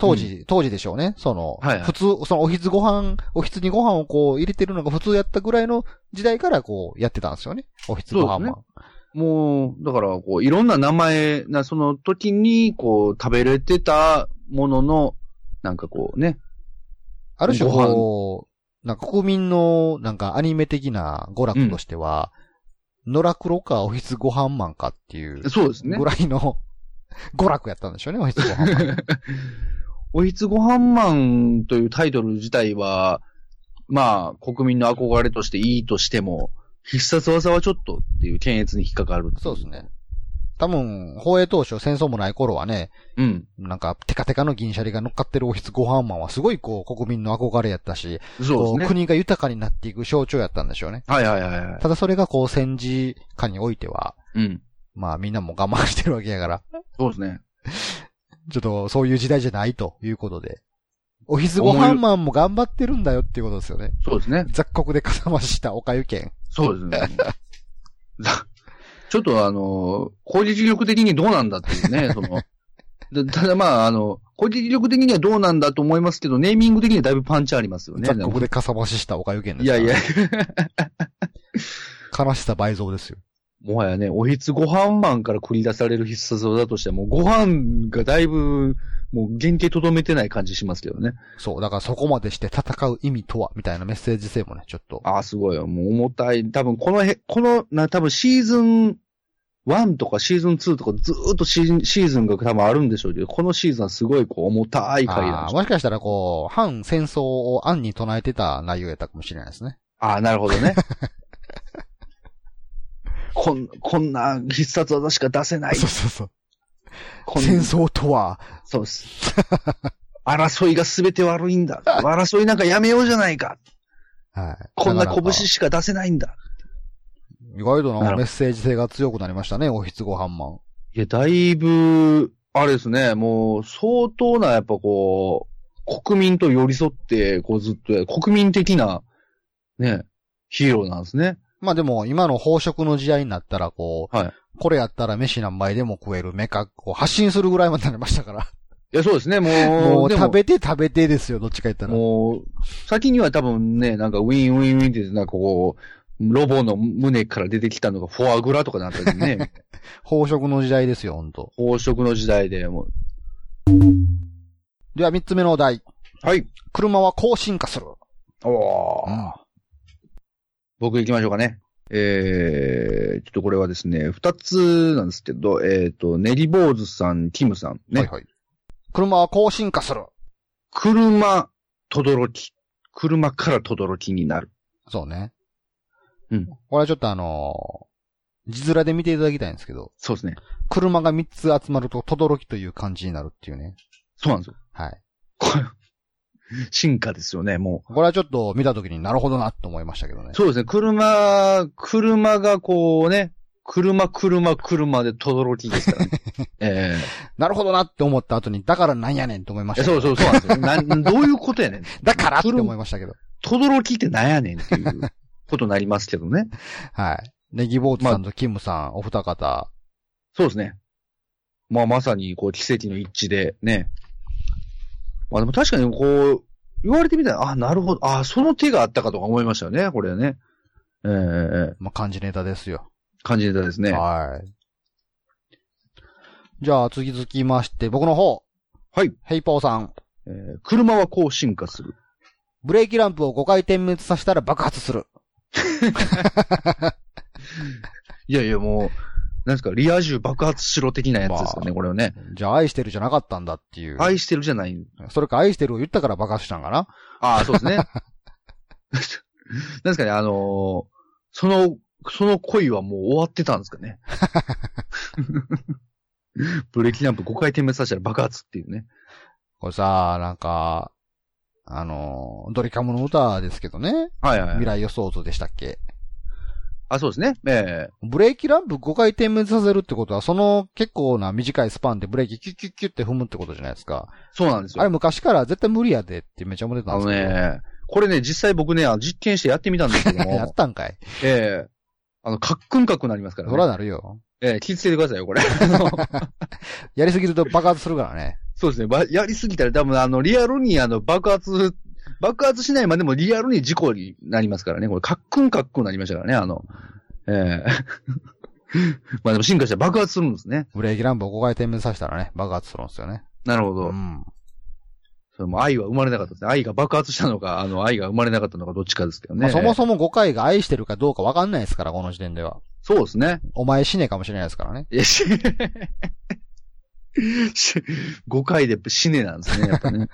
[SPEAKER 1] 当時、当時でしょうね。その、
[SPEAKER 2] はいはい
[SPEAKER 1] 普通、そのおひつご飯、おひつにご飯をこう入れてるのが普通やったぐらいの時代からこうやってたんですよね。おひつご飯マン。
[SPEAKER 2] もう、だから、こう、いろんな名前な、その時に、こう、食べれてたものの、なんかこうね、
[SPEAKER 1] ある種
[SPEAKER 2] ご飯
[SPEAKER 1] こう、なんか国民のなんかアニメ的な娯楽としては、野楽ロかおひつご飯マンかっていう
[SPEAKER 2] そうですね
[SPEAKER 1] ぐ。らいの 娯楽やったんでしょうね、おひつご飯マン。
[SPEAKER 2] おひつごはんマンというタイトル自体は、まあ、国民の憧れとしていいとしても、必殺技はちょっとっていう検閲に引っかかる。
[SPEAKER 1] そうですね。。多分、放映当初戦争もない頃はね、
[SPEAKER 2] うん。
[SPEAKER 1] なんかテカテカの銀シャリが乗っかってるおひつご飯マンはすごいこう国民の憧れやったし、
[SPEAKER 2] そ
[SPEAKER 1] こ
[SPEAKER 2] う
[SPEAKER 1] う
[SPEAKER 2] ですね。
[SPEAKER 1] 国が豊かになっていく象徴やったんでしょうね。
[SPEAKER 2] はいはいはいはい。
[SPEAKER 1] ただそれがこう戦時下においては、
[SPEAKER 2] うん。
[SPEAKER 1] まあみんなも我慢してるわけやから、
[SPEAKER 2] そうですね。
[SPEAKER 1] ちょっと、そういう時代じゃないということで。おひつごはんマンも頑張ってるんだよっていうことですよね。
[SPEAKER 2] そうですね。
[SPEAKER 1] 雑穀でかさましたおかゆ券。
[SPEAKER 2] そうですね。 ざちょっとあの、攻撃力的にどうなんだっていう ね、その。でただまあ、あの、攻撃力的にはどうなんだと思いますけど、ネーミング的にはだいぶパンチありますよね。
[SPEAKER 1] 雑穀でかさましたおかゆ券で
[SPEAKER 2] い
[SPEAKER 1] すか
[SPEAKER 2] や
[SPEAKER 1] ら
[SPEAKER 2] いや、
[SPEAKER 1] 悲しさ倍増ですよ。
[SPEAKER 2] もはやね、おひつご飯マンから繰り出される必殺技としては、もうご飯がだいぶ、もう原型とどめてない感じしますけどね。
[SPEAKER 1] そう、だからそこまでして戦う意味とは、みたいなメッセージ性もね、ちょっと。
[SPEAKER 2] ああ、すごいよ。もう重たい。多分このへ、この、な、多分シーズン1とかシーズン2とかずーっとシーシーズンが多分あるんでしょうけど、このシーズンはすごいこう重たい回なん
[SPEAKER 1] あ
[SPEAKER 2] で
[SPEAKER 1] ー
[SPEAKER 2] しょう
[SPEAKER 1] もしかしたらこう、反戦争を暗に唱えてた内容やったかもしれないですね。
[SPEAKER 2] ああ、なるほど ね。こん、こんな必殺技しか出せな い。
[SPEAKER 1] そうそうそう。
[SPEAKER 2] こん
[SPEAKER 1] 戦争とは、
[SPEAKER 2] そうです。争いが全て悪いんだ。争いなんかやめようじゃないか。
[SPEAKER 1] はい。
[SPEAKER 2] こんな
[SPEAKER 1] かか
[SPEAKER 2] 拳しか出せないんだ。
[SPEAKER 1] 意外と
[SPEAKER 2] な
[SPEAKER 1] な
[SPEAKER 2] る
[SPEAKER 1] メッセージ性が強くなりましたね、おひつごはんマン。
[SPEAKER 2] いや、だいぶ、あれですね、もう相当なやっぱこう、国民と寄り添って、こうずっとや、国民的な、ね、ヒーローなんですね。
[SPEAKER 1] まあでも、今の飽食の時代になったら、こう、
[SPEAKER 2] はい
[SPEAKER 1] これやったら飯何杯でも食えるメカを発信するぐらいまでなりましたから。
[SPEAKER 2] いや、そうですね、もう、
[SPEAKER 1] もう
[SPEAKER 2] で
[SPEAKER 1] 食べて食べてですよ、どっちか言ったら。
[SPEAKER 2] もう、先には多分ね、なんかウィンウィンウィンって、なんかこう、ロボの胸から出てきたのがフォアグラとかなったり ね、
[SPEAKER 1] 飽食の時代ですよ、ほんと。
[SPEAKER 2] 飽食の時代でもう。
[SPEAKER 1] では、三つ目のお題。
[SPEAKER 2] はい。
[SPEAKER 1] 車は高進化する。
[SPEAKER 2] お
[SPEAKER 1] う
[SPEAKER 2] ー
[SPEAKER 1] ん
[SPEAKER 2] 僕行きましょうかね。えー、ちょっとこれはですね、二つなんですけど、えっ、と、ネリボーズさん、キムさんね。
[SPEAKER 1] はいはい。車は高進化する。
[SPEAKER 2] 車、とどろき。車からとどろきになる。
[SPEAKER 1] そうね。
[SPEAKER 2] うん。
[SPEAKER 1] これはちょっとあのー字面で見ていただきたいんですけど、
[SPEAKER 2] そうですね。
[SPEAKER 1] 車が三つ集まると、轟きという感じになるっていうね。
[SPEAKER 2] そうなんですよ。
[SPEAKER 1] はい。
[SPEAKER 2] これ、進化ですよね、も
[SPEAKER 1] これはちょっと見たときになるほどなと思いましたけどね
[SPEAKER 2] う。。そうですね、車、車がこうね、車、車、車でとどろきですから ね。え
[SPEAKER 1] なるほどなって思った後に、だからなんやねんと思いま
[SPEAKER 2] ー、い
[SPEAKER 1] した
[SPEAKER 2] や
[SPEAKER 1] けど。
[SPEAKER 2] そうそうそうなんですよ。なんどういうことやねん。
[SPEAKER 1] だからって思いましたけど。
[SPEAKER 2] とどろきってなんやねんっていうことになりますけどね。
[SPEAKER 1] はい。ネギボートさんとキムさん、お二方。
[SPEAKER 2] そうですね。まあまさに、こう、奇跡の一致で、ね。まあでも確かに、こう、言われてみたら、あ、なるほど。あ、その手があったかとか思いましたよね、これね。ええええ
[SPEAKER 1] まあ、漢字ネタですよ。
[SPEAKER 2] 感じたですね。
[SPEAKER 1] はい。じゃあ、次続きまして、僕の方。
[SPEAKER 2] はい。
[SPEAKER 1] ヘイポーさん。
[SPEAKER 2] えー車はこう進化する。
[SPEAKER 1] ブレーキランプを5回点滅させたら爆発する。
[SPEAKER 2] いやいや、もう、なんですか、リア充爆発しろ的なやつですよね、
[SPEAKER 1] まあ
[SPEAKER 2] これをね。
[SPEAKER 1] じゃあ、愛してるじゃなかったんだっていう。
[SPEAKER 2] 愛してるじゃない。
[SPEAKER 1] それか愛してるを言ったから爆発したんかな
[SPEAKER 2] ああ、そうです ね。なんですかね、あのーその、その恋はもう終わってたんですか ね。ブレーキランプ5回点滅させたら爆発っていうね。
[SPEAKER 1] これさ、なんか、あの、ドリカムの歌ですけどね。
[SPEAKER 2] はいはい
[SPEAKER 1] 未
[SPEAKER 2] はい。
[SPEAKER 1] 来予想図でしたっけ
[SPEAKER 2] あ、そうですね。ええ
[SPEAKER 1] ブレーキランプ5回点滅させるってことは、その結構な短いスパンでブレーキキュッキュッキュッって踏むってことじゃないですか。
[SPEAKER 2] そうなんですよ
[SPEAKER 1] あれ。昔から絶対無理やでってめっちゃ思ってた
[SPEAKER 2] あ
[SPEAKER 1] んで
[SPEAKER 2] の
[SPEAKER 1] すけど。
[SPEAKER 2] ね、これね、実際僕ね、あの実験 してやってみたんですけど
[SPEAKER 1] やっ
[SPEAKER 2] も、
[SPEAKER 1] たんかい。
[SPEAKER 2] ええあの、カックンカックンなりますから
[SPEAKER 1] そら
[SPEAKER 2] ね。
[SPEAKER 1] なるよ。
[SPEAKER 2] ええ気をつけてくださいよ、こ れ。あの
[SPEAKER 1] やりすぎると爆発するからね。
[SPEAKER 2] そうですね。ばやりすぎたら多分、あの、リアルにあの、爆発、爆発しないまでもリアルに事故になりますからね。これ、カックンカックンなりましたからね、あの、ええ まあでも進化したら爆発するんですね。
[SPEAKER 1] ブレーキランプを5回点滅させたらね、爆発するんですよね。
[SPEAKER 2] なるほ
[SPEAKER 1] う
[SPEAKER 2] ど。
[SPEAKER 1] ん。
[SPEAKER 2] それも愛は生まれなかったですね。愛が爆発したのか、あの、愛が生まれなかったのか、どっちかですけどね。
[SPEAKER 1] まあ、そもそも5回が愛してるかどうかわかんないですから、この時点では。
[SPEAKER 2] そうですね。
[SPEAKER 1] お前死ねかもしれないですからね。
[SPEAKER 2] え、し、 し、5回で死ねなんですね、やっぱね。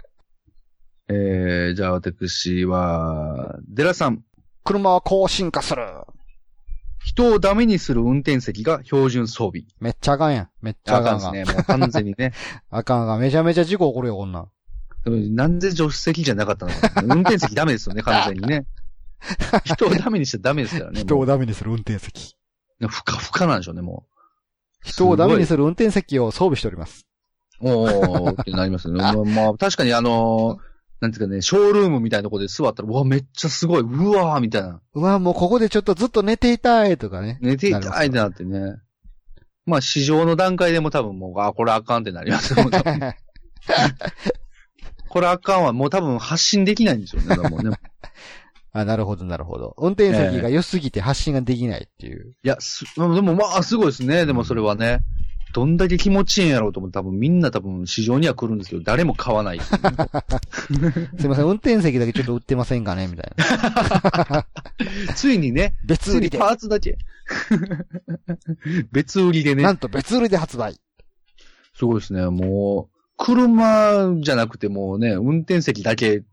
[SPEAKER 2] えー、じゃあ私は、デラさん。
[SPEAKER 1] 車はこう進化する
[SPEAKER 2] 人をダメにする運転席が標準装備。
[SPEAKER 1] めっちゃあかんやん。めっちゃあ
[SPEAKER 2] あか
[SPEAKER 1] か
[SPEAKER 2] ん
[SPEAKER 1] ん
[SPEAKER 2] で
[SPEAKER 1] が。
[SPEAKER 2] すね。もう完全 にね。
[SPEAKER 1] あかんあかん。めちゃめちゃ事故起こるよ、こんなん。
[SPEAKER 2] でもなんで助手席じゃなかったのか。運転席ダメですよね、完全に ね。人をダメにしちゃダメですからね。も
[SPEAKER 1] ダメにする運転席。
[SPEAKER 2] うふかふかなんでしょうね、もう。
[SPEAKER 1] 人をダメに
[SPEAKER 2] す
[SPEAKER 1] する運転席を装備しております。
[SPEAKER 2] ごいおーってなります よね。まあ、まあ確かにあのーなんていうかね、ショールームみたいなとこで座ったら、うわ、めっちゃすごい、うわーみたいな。
[SPEAKER 1] うわ、もうここでちょっとずっと寝ていたいとかね。
[SPEAKER 2] 寝ていた
[SPEAKER 1] なります
[SPEAKER 2] いってなってね。まあ、市場の段階でも多分もう、あ、これあかんってなります よ。多分これあかんはもう多分発信できないんでしょうね。多分ね
[SPEAKER 1] あ、なるほど、なるほど。運転席が良すぎて発信ができないっていう。
[SPEAKER 2] いや、す、でもまあ、すごいですね。でもそれはね。どんだけ気持ちいいんやろうと思って多分みんな多分市場には来るんですけど、誰も買わないっていうね
[SPEAKER 1] すいません、運転席だけちょっと売ってませんかねみたいな。
[SPEAKER 2] ついにね、
[SPEAKER 1] 別
[SPEAKER 2] つい
[SPEAKER 1] 売り
[SPEAKER 2] に
[SPEAKER 1] で
[SPEAKER 2] パ。ーツ だけ。別売りでね
[SPEAKER 1] な。んと別売りで発売。
[SPEAKER 2] すごいですね。もう、車じゃなくてもうね、運転席だけ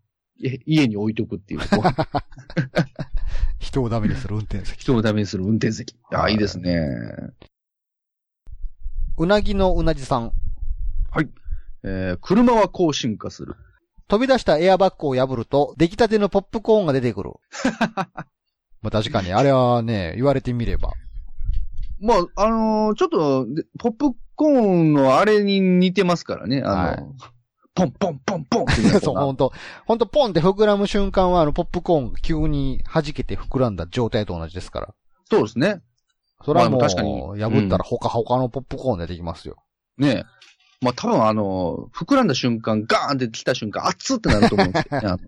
[SPEAKER 2] え家に置いとくっていう。
[SPEAKER 1] 人をダメにする運転席。
[SPEAKER 2] 人をダメにする運転席。ああ、
[SPEAKER 1] はい
[SPEAKER 2] いいですね。
[SPEAKER 1] うなぎのうなじさん。
[SPEAKER 2] えー車はこう進化する。
[SPEAKER 1] 飛び出したエアバッグを破ると、出来たてのポップコーンが出てくる。まあ確かに、あれはね、言われてみれば。
[SPEAKER 2] まあ、あのーちょっと、でポップコーンのあれに似てますからね。あの、ポンポンポンポンっていう
[SPEAKER 1] そう、
[SPEAKER 2] こ
[SPEAKER 1] ほんと。ほんと、ポンって膨らむ瞬間は、あの、ポップコーンが急に弾けて膨らんだ状態と同じですから。
[SPEAKER 2] うなそうですね。
[SPEAKER 1] それはもう、
[SPEAKER 2] まあでも確かに
[SPEAKER 1] 破ったらほかほかのポップコーン出てきますよ。
[SPEAKER 2] ねまあ多分あのー膨らんだ瞬間、ガーンって来た瞬間、熱ってなると思うんですよ、 ね。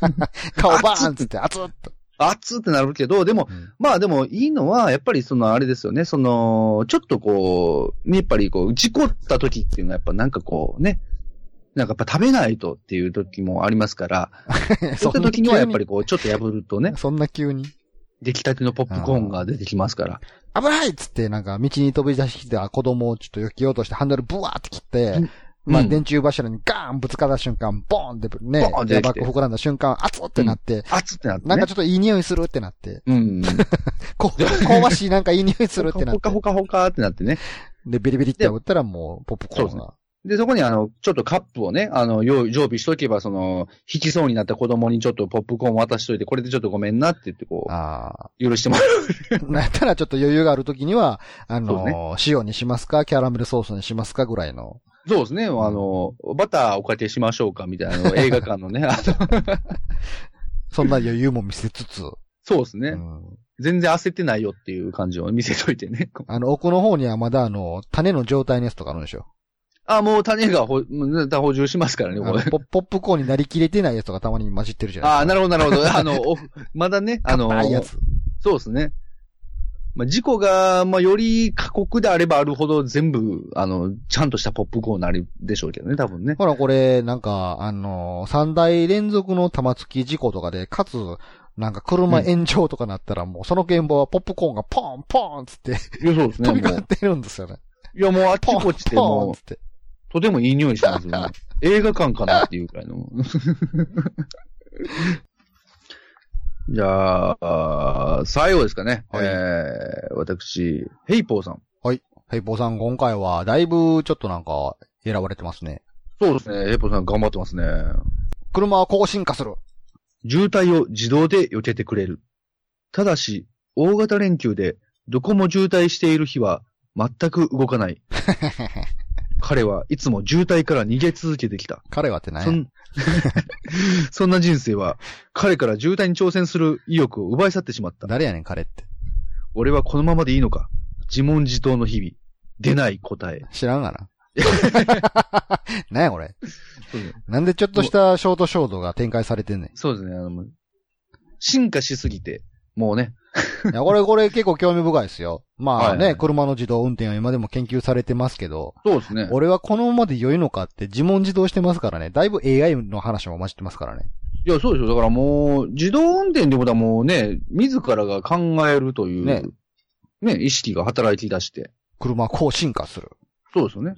[SPEAKER 2] あの
[SPEAKER 1] 顔バーンっつって、熱っと。
[SPEAKER 2] 熱ってなるけど、でも、
[SPEAKER 1] うん
[SPEAKER 2] まあでもいいのは、やっぱりそのあれですよね、その、ちょっとこう、やっぱりこう、事故った時っていうのはやっぱなんかこうね、なんかやっぱ食べないとっていう時もありますから、そういった時にはやっぱりこう、ちょっと破るとね、
[SPEAKER 1] そんな急に。
[SPEAKER 2] 出来たてのポップコーンが出てきますから。
[SPEAKER 1] 危ないっつって、なんか、道に飛び出してた子供をちょっと避けようとして、ハンドルブワーって切って、まあ、
[SPEAKER 2] うん
[SPEAKER 1] 電柱柱にガーンぶつかった瞬間、ボーンってね、エ
[SPEAKER 2] ボーン
[SPEAKER 1] ア
[SPEAKER 2] って
[SPEAKER 1] バ
[SPEAKER 2] 来
[SPEAKER 1] ッ
[SPEAKER 2] て
[SPEAKER 1] グ膨らんだ瞬間、熱っってなって、
[SPEAKER 2] 熱ってなってね。
[SPEAKER 1] なんかちょっといい匂いするってなって、
[SPEAKER 2] うん。
[SPEAKER 1] こ香ばしいなんかいい匂いするってなっ
[SPEAKER 2] ほか
[SPEAKER 1] て、
[SPEAKER 2] ほかほかってなってね。
[SPEAKER 1] で、ビリビリって打ったらもう、ポップコーンが。
[SPEAKER 2] で、そこにあの、ちょっとカップをね、あの、用意常備しとけば、その、引きそうになった子供にちょっとポップコーン渡しといて、これでちょっとごめんなって言ってこ
[SPEAKER 1] ああ。
[SPEAKER 2] う、許してもらう。
[SPEAKER 1] なったらちょっと余裕があるときには、あ
[SPEAKER 2] そう
[SPEAKER 1] の、
[SPEAKER 2] ね
[SPEAKER 1] 塩にしますかキャラメルソースにしますかぐらいの。
[SPEAKER 2] そうですね。あの、バターおかけしましょうか、みたいな の映画館のね、あの、
[SPEAKER 1] そんな余裕も見せつつ、
[SPEAKER 2] そうです
[SPEAKER 1] う
[SPEAKER 2] ね。
[SPEAKER 1] ん
[SPEAKER 2] 全然焦ってないよっていう感じを見せといてね。
[SPEAKER 1] あの、奥の方にはまだあの、種の状態のやつとかあるんでしょ。
[SPEAKER 2] あ、もう種がほ、もう補充しますからね、
[SPEAKER 1] あ
[SPEAKER 2] こ
[SPEAKER 1] の
[SPEAKER 2] れ。
[SPEAKER 1] ポポップコーンになりきれてないやつとかたまに混じってるじゃない
[SPEAKER 2] ああ、なるほど、なるほど。あの、おまだね、あの、
[SPEAKER 1] ああいうやつ。
[SPEAKER 2] そうですね。まあ、事故が、まあ、より過酷であればあるほど全部、あの、ちゃんとしたポップコーンになるでしょうけどね、多分ね。
[SPEAKER 1] ほら、これ、なんか、あのー、三大連続の玉突き事故とかで、かつ、なんか車炎上とかなったら、もうその現場はポップコーンがポーンポーンつって
[SPEAKER 2] いや、そうですね。
[SPEAKER 1] 飛び
[SPEAKER 2] も
[SPEAKER 1] 交
[SPEAKER 2] う
[SPEAKER 1] ってるんですよね。
[SPEAKER 2] いや、もうあっちこっちで
[SPEAKER 1] ポー
[SPEAKER 2] も
[SPEAKER 1] ン
[SPEAKER 2] う
[SPEAKER 1] つ、って。
[SPEAKER 2] とてもいい匂いしますよ ね。映画館かなっていうくらいの。 じゃああー、最後ですかね。
[SPEAKER 1] はい
[SPEAKER 2] えー、私、ヘイポーさん。
[SPEAKER 1] ヘイポーさん、今回は、だいぶ、ちょっとなんか、選ばれてますね。
[SPEAKER 2] そうですね、ヘイポーさん頑張ってますね。
[SPEAKER 1] 車はこう進化する。
[SPEAKER 2] 渋滞を自動で避けてくれる。ただし、大型連休でどこも渋滞している日は全く動かない。彼はいつも渋滞から逃げ続けてきた。
[SPEAKER 1] 彼はってな
[SPEAKER 2] そ
[SPEAKER 1] い
[SPEAKER 2] ん そんな人生は、彼から渋滞に挑戦する意欲を奪い去ってしまった。
[SPEAKER 1] 誰やねん、彼って。
[SPEAKER 2] 俺はこのままでいいのか自問自答の日々。出ない答え。
[SPEAKER 1] 知らんがな。 なんやこれ。なんでちょっとしたショートショートが展開されてんね
[SPEAKER 2] そうですね。あのもう進化しすぎて、もうね。
[SPEAKER 1] ん。いや、これ、これ結構興味深いですよ。まあね、
[SPEAKER 2] はい
[SPEAKER 1] 車の自動運転は今でも研究されてますけど、
[SPEAKER 2] そうですね。
[SPEAKER 1] 俺はこのままで良いのかって自問自答してますからね。だいぶ AI の話も混じってますからね。
[SPEAKER 2] いや、そうですよ。だからもう、自動運転ってことはもうね、自らが考えるという、
[SPEAKER 1] ね
[SPEAKER 2] ね、意識が働き出して。
[SPEAKER 1] 車はこう進化する。
[SPEAKER 2] そうですよね。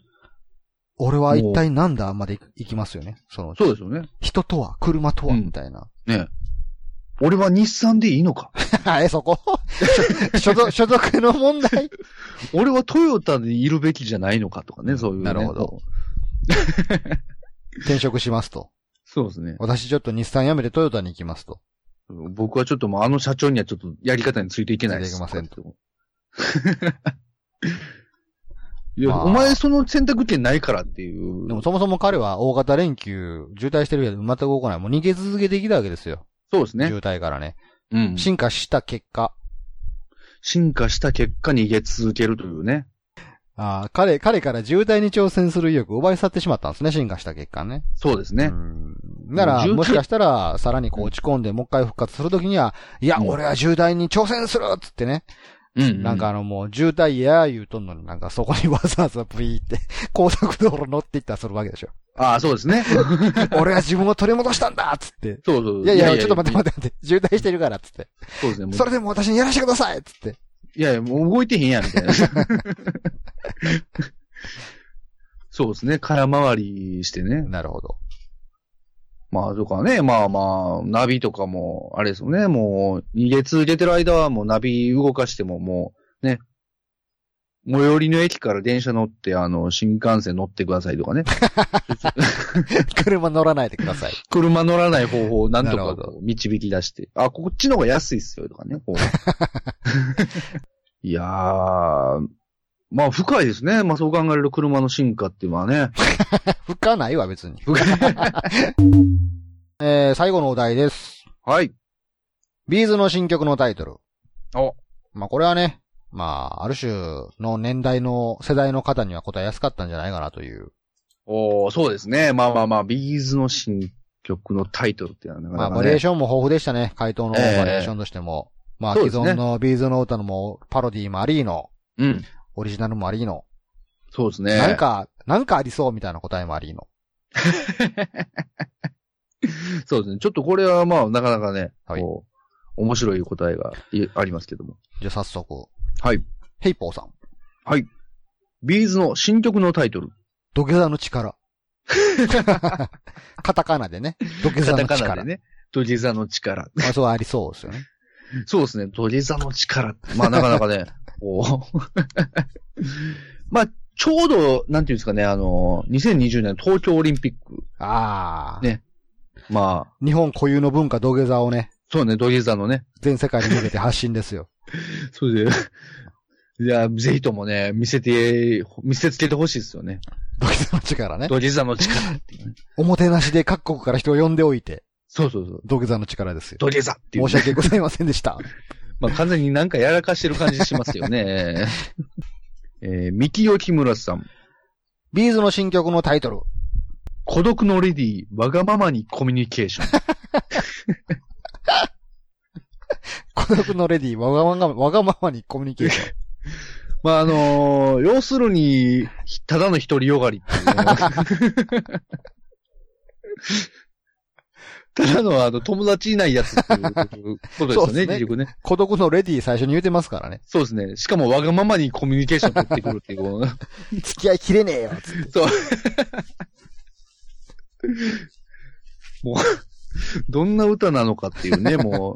[SPEAKER 1] 俺は一体なんだまで行きますよね。その、
[SPEAKER 2] そうですよね。
[SPEAKER 1] 人とは、車とは、
[SPEAKER 2] うん
[SPEAKER 1] みたいな。
[SPEAKER 2] ね。俺は日産でいいのか
[SPEAKER 1] え、そこ所属、所属の問題
[SPEAKER 2] 俺はトヨタでいるべきじゃないのかとかね、そういう、ね。
[SPEAKER 1] なるほど。 転職しますと。
[SPEAKER 2] そうですね。
[SPEAKER 1] 私ちょっと日産辞めてトヨタに行きますと。
[SPEAKER 2] 僕はちょっともうあの社長にはちょっとやり方についていけないです。
[SPEAKER 1] ついていけません
[SPEAKER 2] と。いや、
[SPEAKER 1] まあ
[SPEAKER 2] お前その選択権ないからっていう。
[SPEAKER 1] でもそもそも彼は大型連休、渋滞してるけど全く動かない。もう逃げ続けてきたわけですよ。
[SPEAKER 2] そうですね。
[SPEAKER 1] 渋滞からね。
[SPEAKER 2] うん。
[SPEAKER 1] 進化した結果、
[SPEAKER 2] 進化した結果逃げ続けるというね。
[SPEAKER 1] あー彼、彼から渋滞に挑戦する意欲を奪い去ってしまったんですね、進化した結果ね。
[SPEAKER 2] そうですね。
[SPEAKER 1] うんなら、
[SPEAKER 2] 渋滞
[SPEAKER 1] もしかしたら、さらにこう落ち込んで、もう一回復活するときには、いや、
[SPEAKER 2] うん
[SPEAKER 1] 俺は渋滞に挑戦するっつってね。
[SPEAKER 2] うん、
[SPEAKER 1] なんかあのもう、渋滞やー言うとんのになんかそこにわざわざブイーって、 高速道路乗っていったらするわけでしょ。
[SPEAKER 2] ああ、そうです ね。
[SPEAKER 1] 俺は自分を取り戻したんだっつって。
[SPEAKER 2] そうそう。
[SPEAKER 1] いやいや、ちょっと待って待って待って、渋滞してるからっつって。
[SPEAKER 2] って。そうですね。もう
[SPEAKER 1] それでも私にやらせてくださいっつって。
[SPEAKER 2] いやいや、もう動いてへんやん、み たいな。そうですね。空回りしてね。
[SPEAKER 1] なるほど。
[SPEAKER 2] まあ、とかね、まあまあ、ナビとかも、あれですよね、もう、逃げ続けてる間はもうナビ動かしてももう、ね、最寄りの駅から電車乗って、あの、新幹線乗ってくださいとかね。
[SPEAKER 1] 車乗らないでくだ さい。
[SPEAKER 2] 車乗らない方法をなんと
[SPEAKER 1] なるほ
[SPEAKER 2] か
[SPEAKER 1] ど
[SPEAKER 2] こう導き出して、あ、こっちの方が安いっすよとかね。 こういやー、まあ深いですね。まあそう考えると車の進化っていうのはね。
[SPEAKER 1] 吹かないわ、別に。 えー、最後のお題です。
[SPEAKER 2] はい。
[SPEAKER 1] ビーズの新曲のタイトル。
[SPEAKER 2] お
[SPEAKER 1] まあ、これはね、まあ、ある種の年代の世代の方には答えやすかったんじゃないかなという。
[SPEAKER 2] おーそうですね。まあまあまあ、ビーズの新曲のタイトルっていうのはなか
[SPEAKER 1] まあ、
[SPEAKER 2] な
[SPEAKER 1] バ
[SPEAKER 2] か
[SPEAKER 1] リエー
[SPEAKER 2] ね。
[SPEAKER 1] ションも豊富でしたね。回答のバリエーションとしても。まあ、
[SPEAKER 2] そう
[SPEAKER 1] 既
[SPEAKER 2] ですね
[SPEAKER 1] 存のビーズの歌のもパロディもありの、
[SPEAKER 2] うん。
[SPEAKER 1] オリジナルもありの、
[SPEAKER 2] そうですね。
[SPEAKER 1] なんか、なんかありそうみたいな答えもありの。
[SPEAKER 2] そうですね。ちょっとこれはまあ、なかなかね、
[SPEAKER 1] はい
[SPEAKER 2] こう、面白い答えがいありますけども。
[SPEAKER 1] じゃあ早速。
[SPEAKER 2] はい。
[SPEAKER 1] ヘイポーさん。
[SPEAKER 2] はい。ビーズの新曲のタイトル。
[SPEAKER 1] 土下座の力。 カタカナでね。土下座の
[SPEAKER 2] カタ
[SPEAKER 1] 力。
[SPEAKER 2] カナでね。土下座の力。
[SPEAKER 1] まあ、そうありそうですよね。
[SPEAKER 2] そうですね。土下座の力。まあ、なかな かね、こう。 まあ、ちょうど、なんていうんですかね、あの、2020年東京オリンピック。
[SPEAKER 1] ああ、
[SPEAKER 2] ねまあ、
[SPEAKER 1] 日本固有の文化土下座をね、
[SPEAKER 2] そうね、土下座のね。
[SPEAKER 1] 全世界に向けて発信ですよ。
[SPEAKER 2] そうで、 いや、ぜひともね、見せて、見せつけてほしいですよね。
[SPEAKER 1] 土下座の力ね。
[SPEAKER 2] 土下座の力っていうね。
[SPEAKER 1] おもてなしで各国から人を呼んでおいて、
[SPEAKER 2] そうそうそう。
[SPEAKER 1] 土下座の力ですよ。
[SPEAKER 2] 土下座っていう
[SPEAKER 1] 申
[SPEAKER 2] ね、
[SPEAKER 1] し訳ございませんで した。
[SPEAKER 2] まあ、完全になんかや らかしてる感じしますよね。えー、三木よ木村さん。
[SPEAKER 1] ビーズの新曲のタイトル。
[SPEAKER 2] 孤独のレディー、わがままにコミュニケーシ ョン。
[SPEAKER 1] 孤独のレディー、わがまま、わがままにコミュニケーション。
[SPEAKER 2] まあ、あのー要するに、ただの独りよがりっていうの ただの、あの、友達いないやつっていうことです
[SPEAKER 1] そ
[SPEAKER 2] よ
[SPEAKER 1] うですね
[SPEAKER 2] ね、結局ね。
[SPEAKER 1] 孤独のレディー最初に言うてますからね。
[SPEAKER 2] そうですね。しかもわがままにコミュニケーション取ってくるっていう この。
[SPEAKER 1] 付き合いきれねえよ、つって。
[SPEAKER 2] もう、どんな歌なのかっていうね、も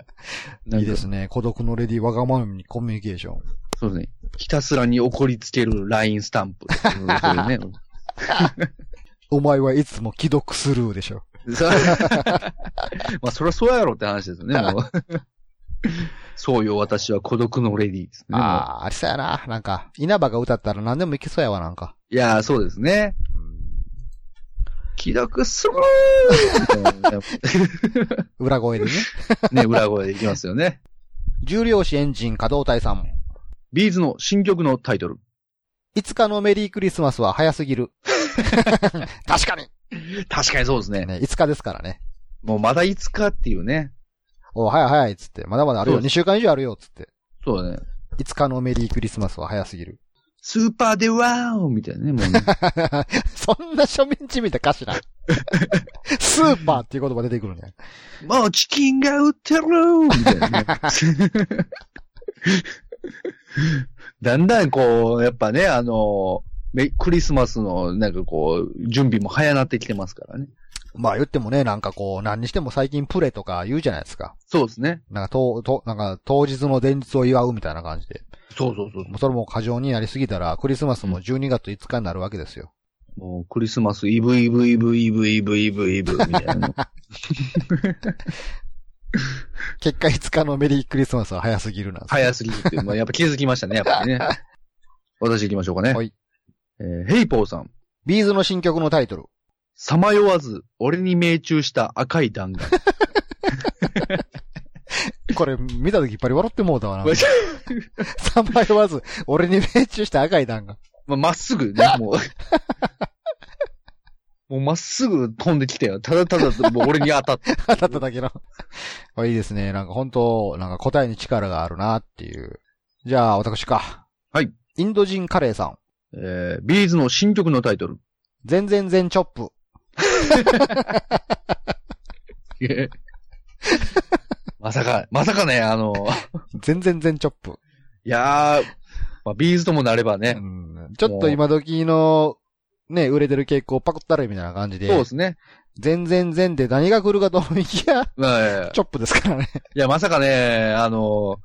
[SPEAKER 2] う。 なん
[SPEAKER 1] い
[SPEAKER 2] か
[SPEAKER 1] いですね。孤独のレディー、わがままにコミュニケーション。
[SPEAKER 2] そうですね。ひたすらに怒りつけるラインスタンプっていうのですよ ね。
[SPEAKER 1] お前はいつも既読スルーでしょ。
[SPEAKER 2] そうまあ、そりゃそうやろって話ですよね、もう。 そうよ、私は孤独のレディーですね。もう
[SPEAKER 1] ああ、ありそうやな。なんか、稲葉が歌ったら何でもいけそうやわ、なんか。
[SPEAKER 2] いやー、そうですね。既読する
[SPEAKER 1] 裏声でね。
[SPEAKER 2] ね、 裏声でいきますよね。
[SPEAKER 1] 重量子エンジン稼働体さん。
[SPEAKER 2] ビーズの新曲のタイトル。
[SPEAKER 1] 5日のメリークリスマスは早すぎ る。確かに、
[SPEAKER 2] 確かにそうですね。
[SPEAKER 1] ね、!5 日ですからね。
[SPEAKER 2] もうまだいつかっていうね。
[SPEAKER 1] おう早い早いっつって。まだまだあるよ。
[SPEAKER 2] そう
[SPEAKER 1] 2週間以上あるよっつって。
[SPEAKER 2] そうだね。
[SPEAKER 1] 5日のメリークリスマスは早すぎる。
[SPEAKER 2] スーパーでワーオみたいなね、もうね。
[SPEAKER 1] そんな庶民地味な歌詞な。 スーパーっていう言葉出てくるね。
[SPEAKER 2] もうチキンが売ってるみたいなね。だんだんこう、やっぱね、あの、めクリスマスのなんかこう、準備も早なってきてますからね。
[SPEAKER 1] まあ言ってもね、なんかこう、何にしても最近プレとか言うじゃないですか。
[SPEAKER 2] そうですね。
[SPEAKER 1] なんか、と、と、なんか、当日の前日を祝うみたいな感じで。
[SPEAKER 2] そうそうそうそ
[SPEAKER 1] もうそれも過剰になりすぎたら、クリスマスも12月5日になるわけですよ。
[SPEAKER 2] う。もうクリスマス、イブイブイブイブイブイブイブみたいな。
[SPEAKER 1] 結果5日のメリークリスマスは早すぎるなんです
[SPEAKER 2] 早すぎるっていう。まあ、やっぱ気づきましたね、やっぱりね。私行きましょうかね。
[SPEAKER 1] はい。
[SPEAKER 2] えーヘイポーさん。
[SPEAKER 1] ビーズの新曲のタイトル。
[SPEAKER 2] さまよわず、俺に命中した赤い弾丸。
[SPEAKER 1] これ、見た時いっぱい笑ってもうたわな
[SPEAKER 2] ま。
[SPEAKER 1] さまよわず、俺に命中した赤い弾が。
[SPEAKER 2] まあ、まっすぐね、 もう。もうまっすぐ飛んできたよ。ただただ、もう俺に当たって。
[SPEAKER 1] 当たっただけの。これいいですね。なんか本当なんか答えに力があるなっていう。じゃあ、私か。
[SPEAKER 2] はい。
[SPEAKER 1] インド人カレーさん。
[SPEAKER 2] えー、ビーズの新曲のタイトル。
[SPEAKER 1] 全然全チョップ。
[SPEAKER 2] まさか、まさかね、あの、
[SPEAKER 1] 全然全チョップ。
[SPEAKER 2] いやー、まあ、ビーズともなれば
[SPEAKER 1] う
[SPEAKER 2] ね。
[SPEAKER 1] んちょっと今時の、ね、売れてる傾向パクったるみたいな感じで。
[SPEAKER 2] そうですね。
[SPEAKER 1] 全然全で何が来るかと思いき や、
[SPEAKER 2] まあいやいや
[SPEAKER 1] チョップですから ね。
[SPEAKER 2] いや、まさかね、あの、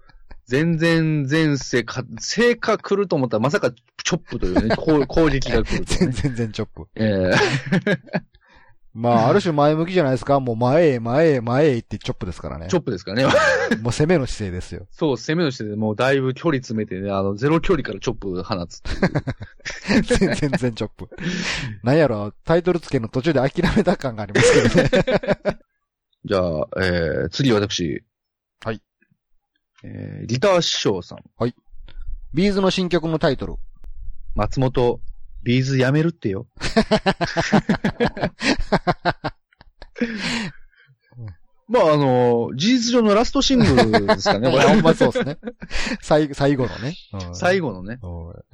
[SPEAKER 2] 全然前世か、成果来ると思ったら、まさかチョップというね、こう攻撃が来るとは
[SPEAKER 1] 全
[SPEAKER 2] ね。
[SPEAKER 1] 然全チョップ。
[SPEAKER 2] えー
[SPEAKER 1] まあ、ある種前向きじゃないですか。もう前へ前へ前へ行ってチョップですからね。
[SPEAKER 2] チョップですかね。
[SPEAKER 1] もう攻めの姿勢ですよ。
[SPEAKER 2] そう、攻めの姿勢でもうだいぶ距離詰めてね、あの、ゼロ距離からチョップ放つっていう。
[SPEAKER 1] 全然全チョッ プ。なんやろ、タイトル付けの途中で諦めた感があります けどね。
[SPEAKER 2] じゃあ、えー、次私。
[SPEAKER 1] はい。
[SPEAKER 2] えー、ギター師匠さん。
[SPEAKER 1] ビーズの新曲のタイトル。
[SPEAKER 2] 松本、ビーズやめるって よ。まあ、あの、事実上のラストシングルですか ね、こ
[SPEAKER 1] ほん
[SPEAKER 2] れ。
[SPEAKER 1] まそうです ね。最、最後のね。うん
[SPEAKER 2] 最後のね。
[SPEAKER 1] う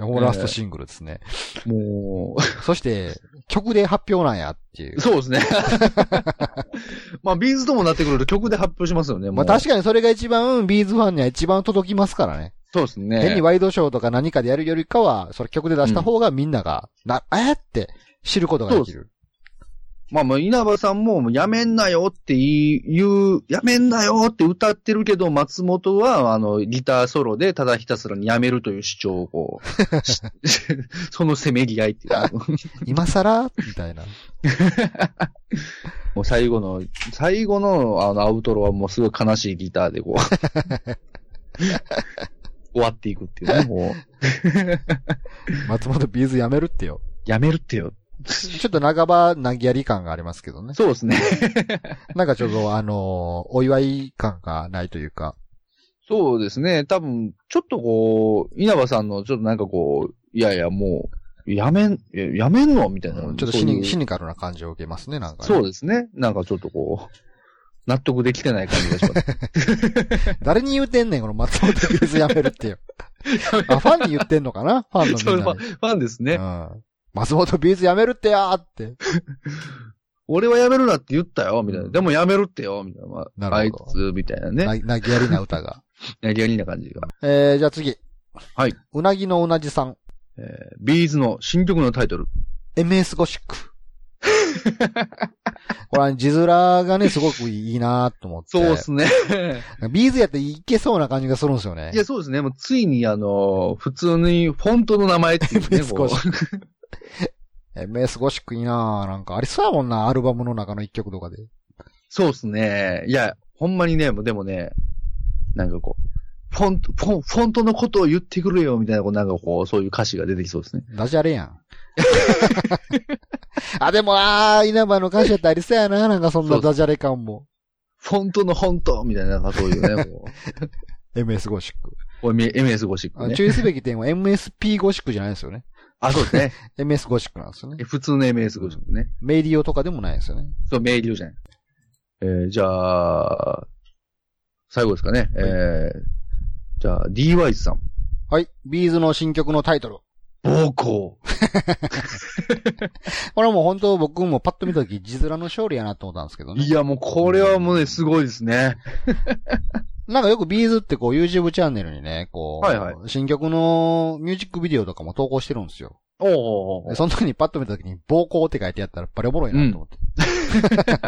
[SPEAKER 1] んほんまラストシングルですね。
[SPEAKER 2] も
[SPEAKER 1] そして、曲で発表なんやっていう
[SPEAKER 2] う、。そうで すね。まあ、ビーズともなってくると曲で発表しますよね。
[SPEAKER 1] まあ確
[SPEAKER 2] か
[SPEAKER 1] かにそれが一番、ビーズファンには一番届きますからね。
[SPEAKER 2] そうですね。
[SPEAKER 1] 変にワイドショーとか何かでやるよりかは、それ曲で出した方がみんなが、な、えーって知ることができる。
[SPEAKER 2] まあまあ、稲葉さんも、もうやめんなよって言い言う、やめんなよって歌ってるけど、松本は、あの、ギターソロで、ただひたすらにやめるという主張をこう、し そのせめぎ合いっていう。あの
[SPEAKER 1] 今更みたい な。
[SPEAKER 2] もう最後の、最後の、あの、アウトロはもうすごい悲しいギターでこう、 終わっていくっていうね、もう、
[SPEAKER 1] 松本ビーズやめるってよ。
[SPEAKER 2] やめるってよ。
[SPEAKER 1] ちょっと半ば投げやり感がありますけどね。
[SPEAKER 2] そうですね。
[SPEAKER 1] なんかちょっとあのーお祝い感がないというか。
[SPEAKER 2] そうですね。多分、ちょっとこう、稲葉さんの、ちょっとなんかこう、いやいや、もう、やめん、えやめんのみたいな。
[SPEAKER 1] うんちょっとシ
[SPEAKER 2] そういう
[SPEAKER 1] ニシニカルな感じを受けますね、なんか、ね。
[SPEAKER 2] そうですね。なんかちょっとこう、納得できてない感じがします。
[SPEAKER 1] 誰に言うてんねん、この松本クイズやめるって いう。あ、ファンに言ってんのかなファンのみん
[SPEAKER 2] そ
[SPEAKER 1] な
[SPEAKER 2] れ
[SPEAKER 1] に
[SPEAKER 2] は、ファンですね。
[SPEAKER 1] うん。松本ビーズやめるってやーって。
[SPEAKER 2] 俺はやめるなって言ったよ、みたいうな。
[SPEAKER 1] ん
[SPEAKER 2] でもやめるってよ、みたいな。まあ、
[SPEAKER 1] な
[SPEAKER 2] あ
[SPEAKER 1] る
[SPEAKER 2] い
[SPEAKER 1] ほど
[SPEAKER 2] つ、みたいなね。
[SPEAKER 1] な、なぎやりな歌が。
[SPEAKER 2] やりやりな感じが。
[SPEAKER 1] えー、じゃあ次。
[SPEAKER 2] はい。
[SPEAKER 1] うなぎのうなじさん。
[SPEAKER 2] えー、ビーズの新曲のタイトル。
[SPEAKER 1] MS ゴシック。 これは字面がね、すごくいいなーと思って。
[SPEAKER 2] そうですね。
[SPEAKER 1] ビーズやっていけそうな感じがするんですよね
[SPEAKER 2] い。や、そうですね。もうついに、あの、普通にフォントの名前っていうね、
[SPEAKER 1] MS
[SPEAKER 2] こ
[SPEAKER 1] ゴシ
[SPEAKER 2] う。
[SPEAKER 1] ック。MS ゴシックいいなーなんかありそうやもんな、アルバムの中の一曲とかで。
[SPEAKER 2] そうですね。いや、ほんまにね、もうでもね、なんかこう、フォント、フォン、フォントのことを言ってくれよ、みたいな、こうなんかこう、そういう歌詞が出てきそうですね。
[SPEAKER 1] ダジャレや ん。あ、でもあー、稲葉の歌詞やってありそうやな、なんかそんなダジャレ感も。
[SPEAKER 2] フォントのフォントみたいな、なんかそういう ね、こう
[SPEAKER 1] MS ゴシック。
[SPEAKER 2] こう、MS ゴシック
[SPEAKER 1] あ
[SPEAKER 2] ね。
[SPEAKER 1] 注意すべき点は MSP ゴシックじゃないですよね。
[SPEAKER 2] あ、そうですね。
[SPEAKER 1] MS ゴシックなんですよね。
[SPEAKER 2] 普通の MS ゴシックね。
[SPEAKER 1] メイディオとかでもないですよね。
[SPEAKER 2] そう、メイリュじゃない。えー、じゃあ、最後ですかね。えー、じゃあ、DY さん。
[SPEAKER 1] はい。ビーズの新曲のタイトル。
[SPEAKER 2] 暴行。
[SPEAKER 1] これはもう本当僕もパッと見たとき、字面の勝利やなと思ったんですけどね
[SPEAKER 2] い。や、もうこれはもうね、すごいですね。
[SPEAKER 1] なんかよくビーズってこう YouTube チャンネルにね、こう、
[SPEAKER 2] はいはい
[SPEAKER 1] 新曲のミュージックビデオとかも投稿してるんですよ。
[SPEAKER 2] おうおうお
[SPEAKER 1] で
[SPEAKER 2] う
[SPEAKER 1] その時にパッと見たときに、暴行って書いてあったらバレおもろいなと思って。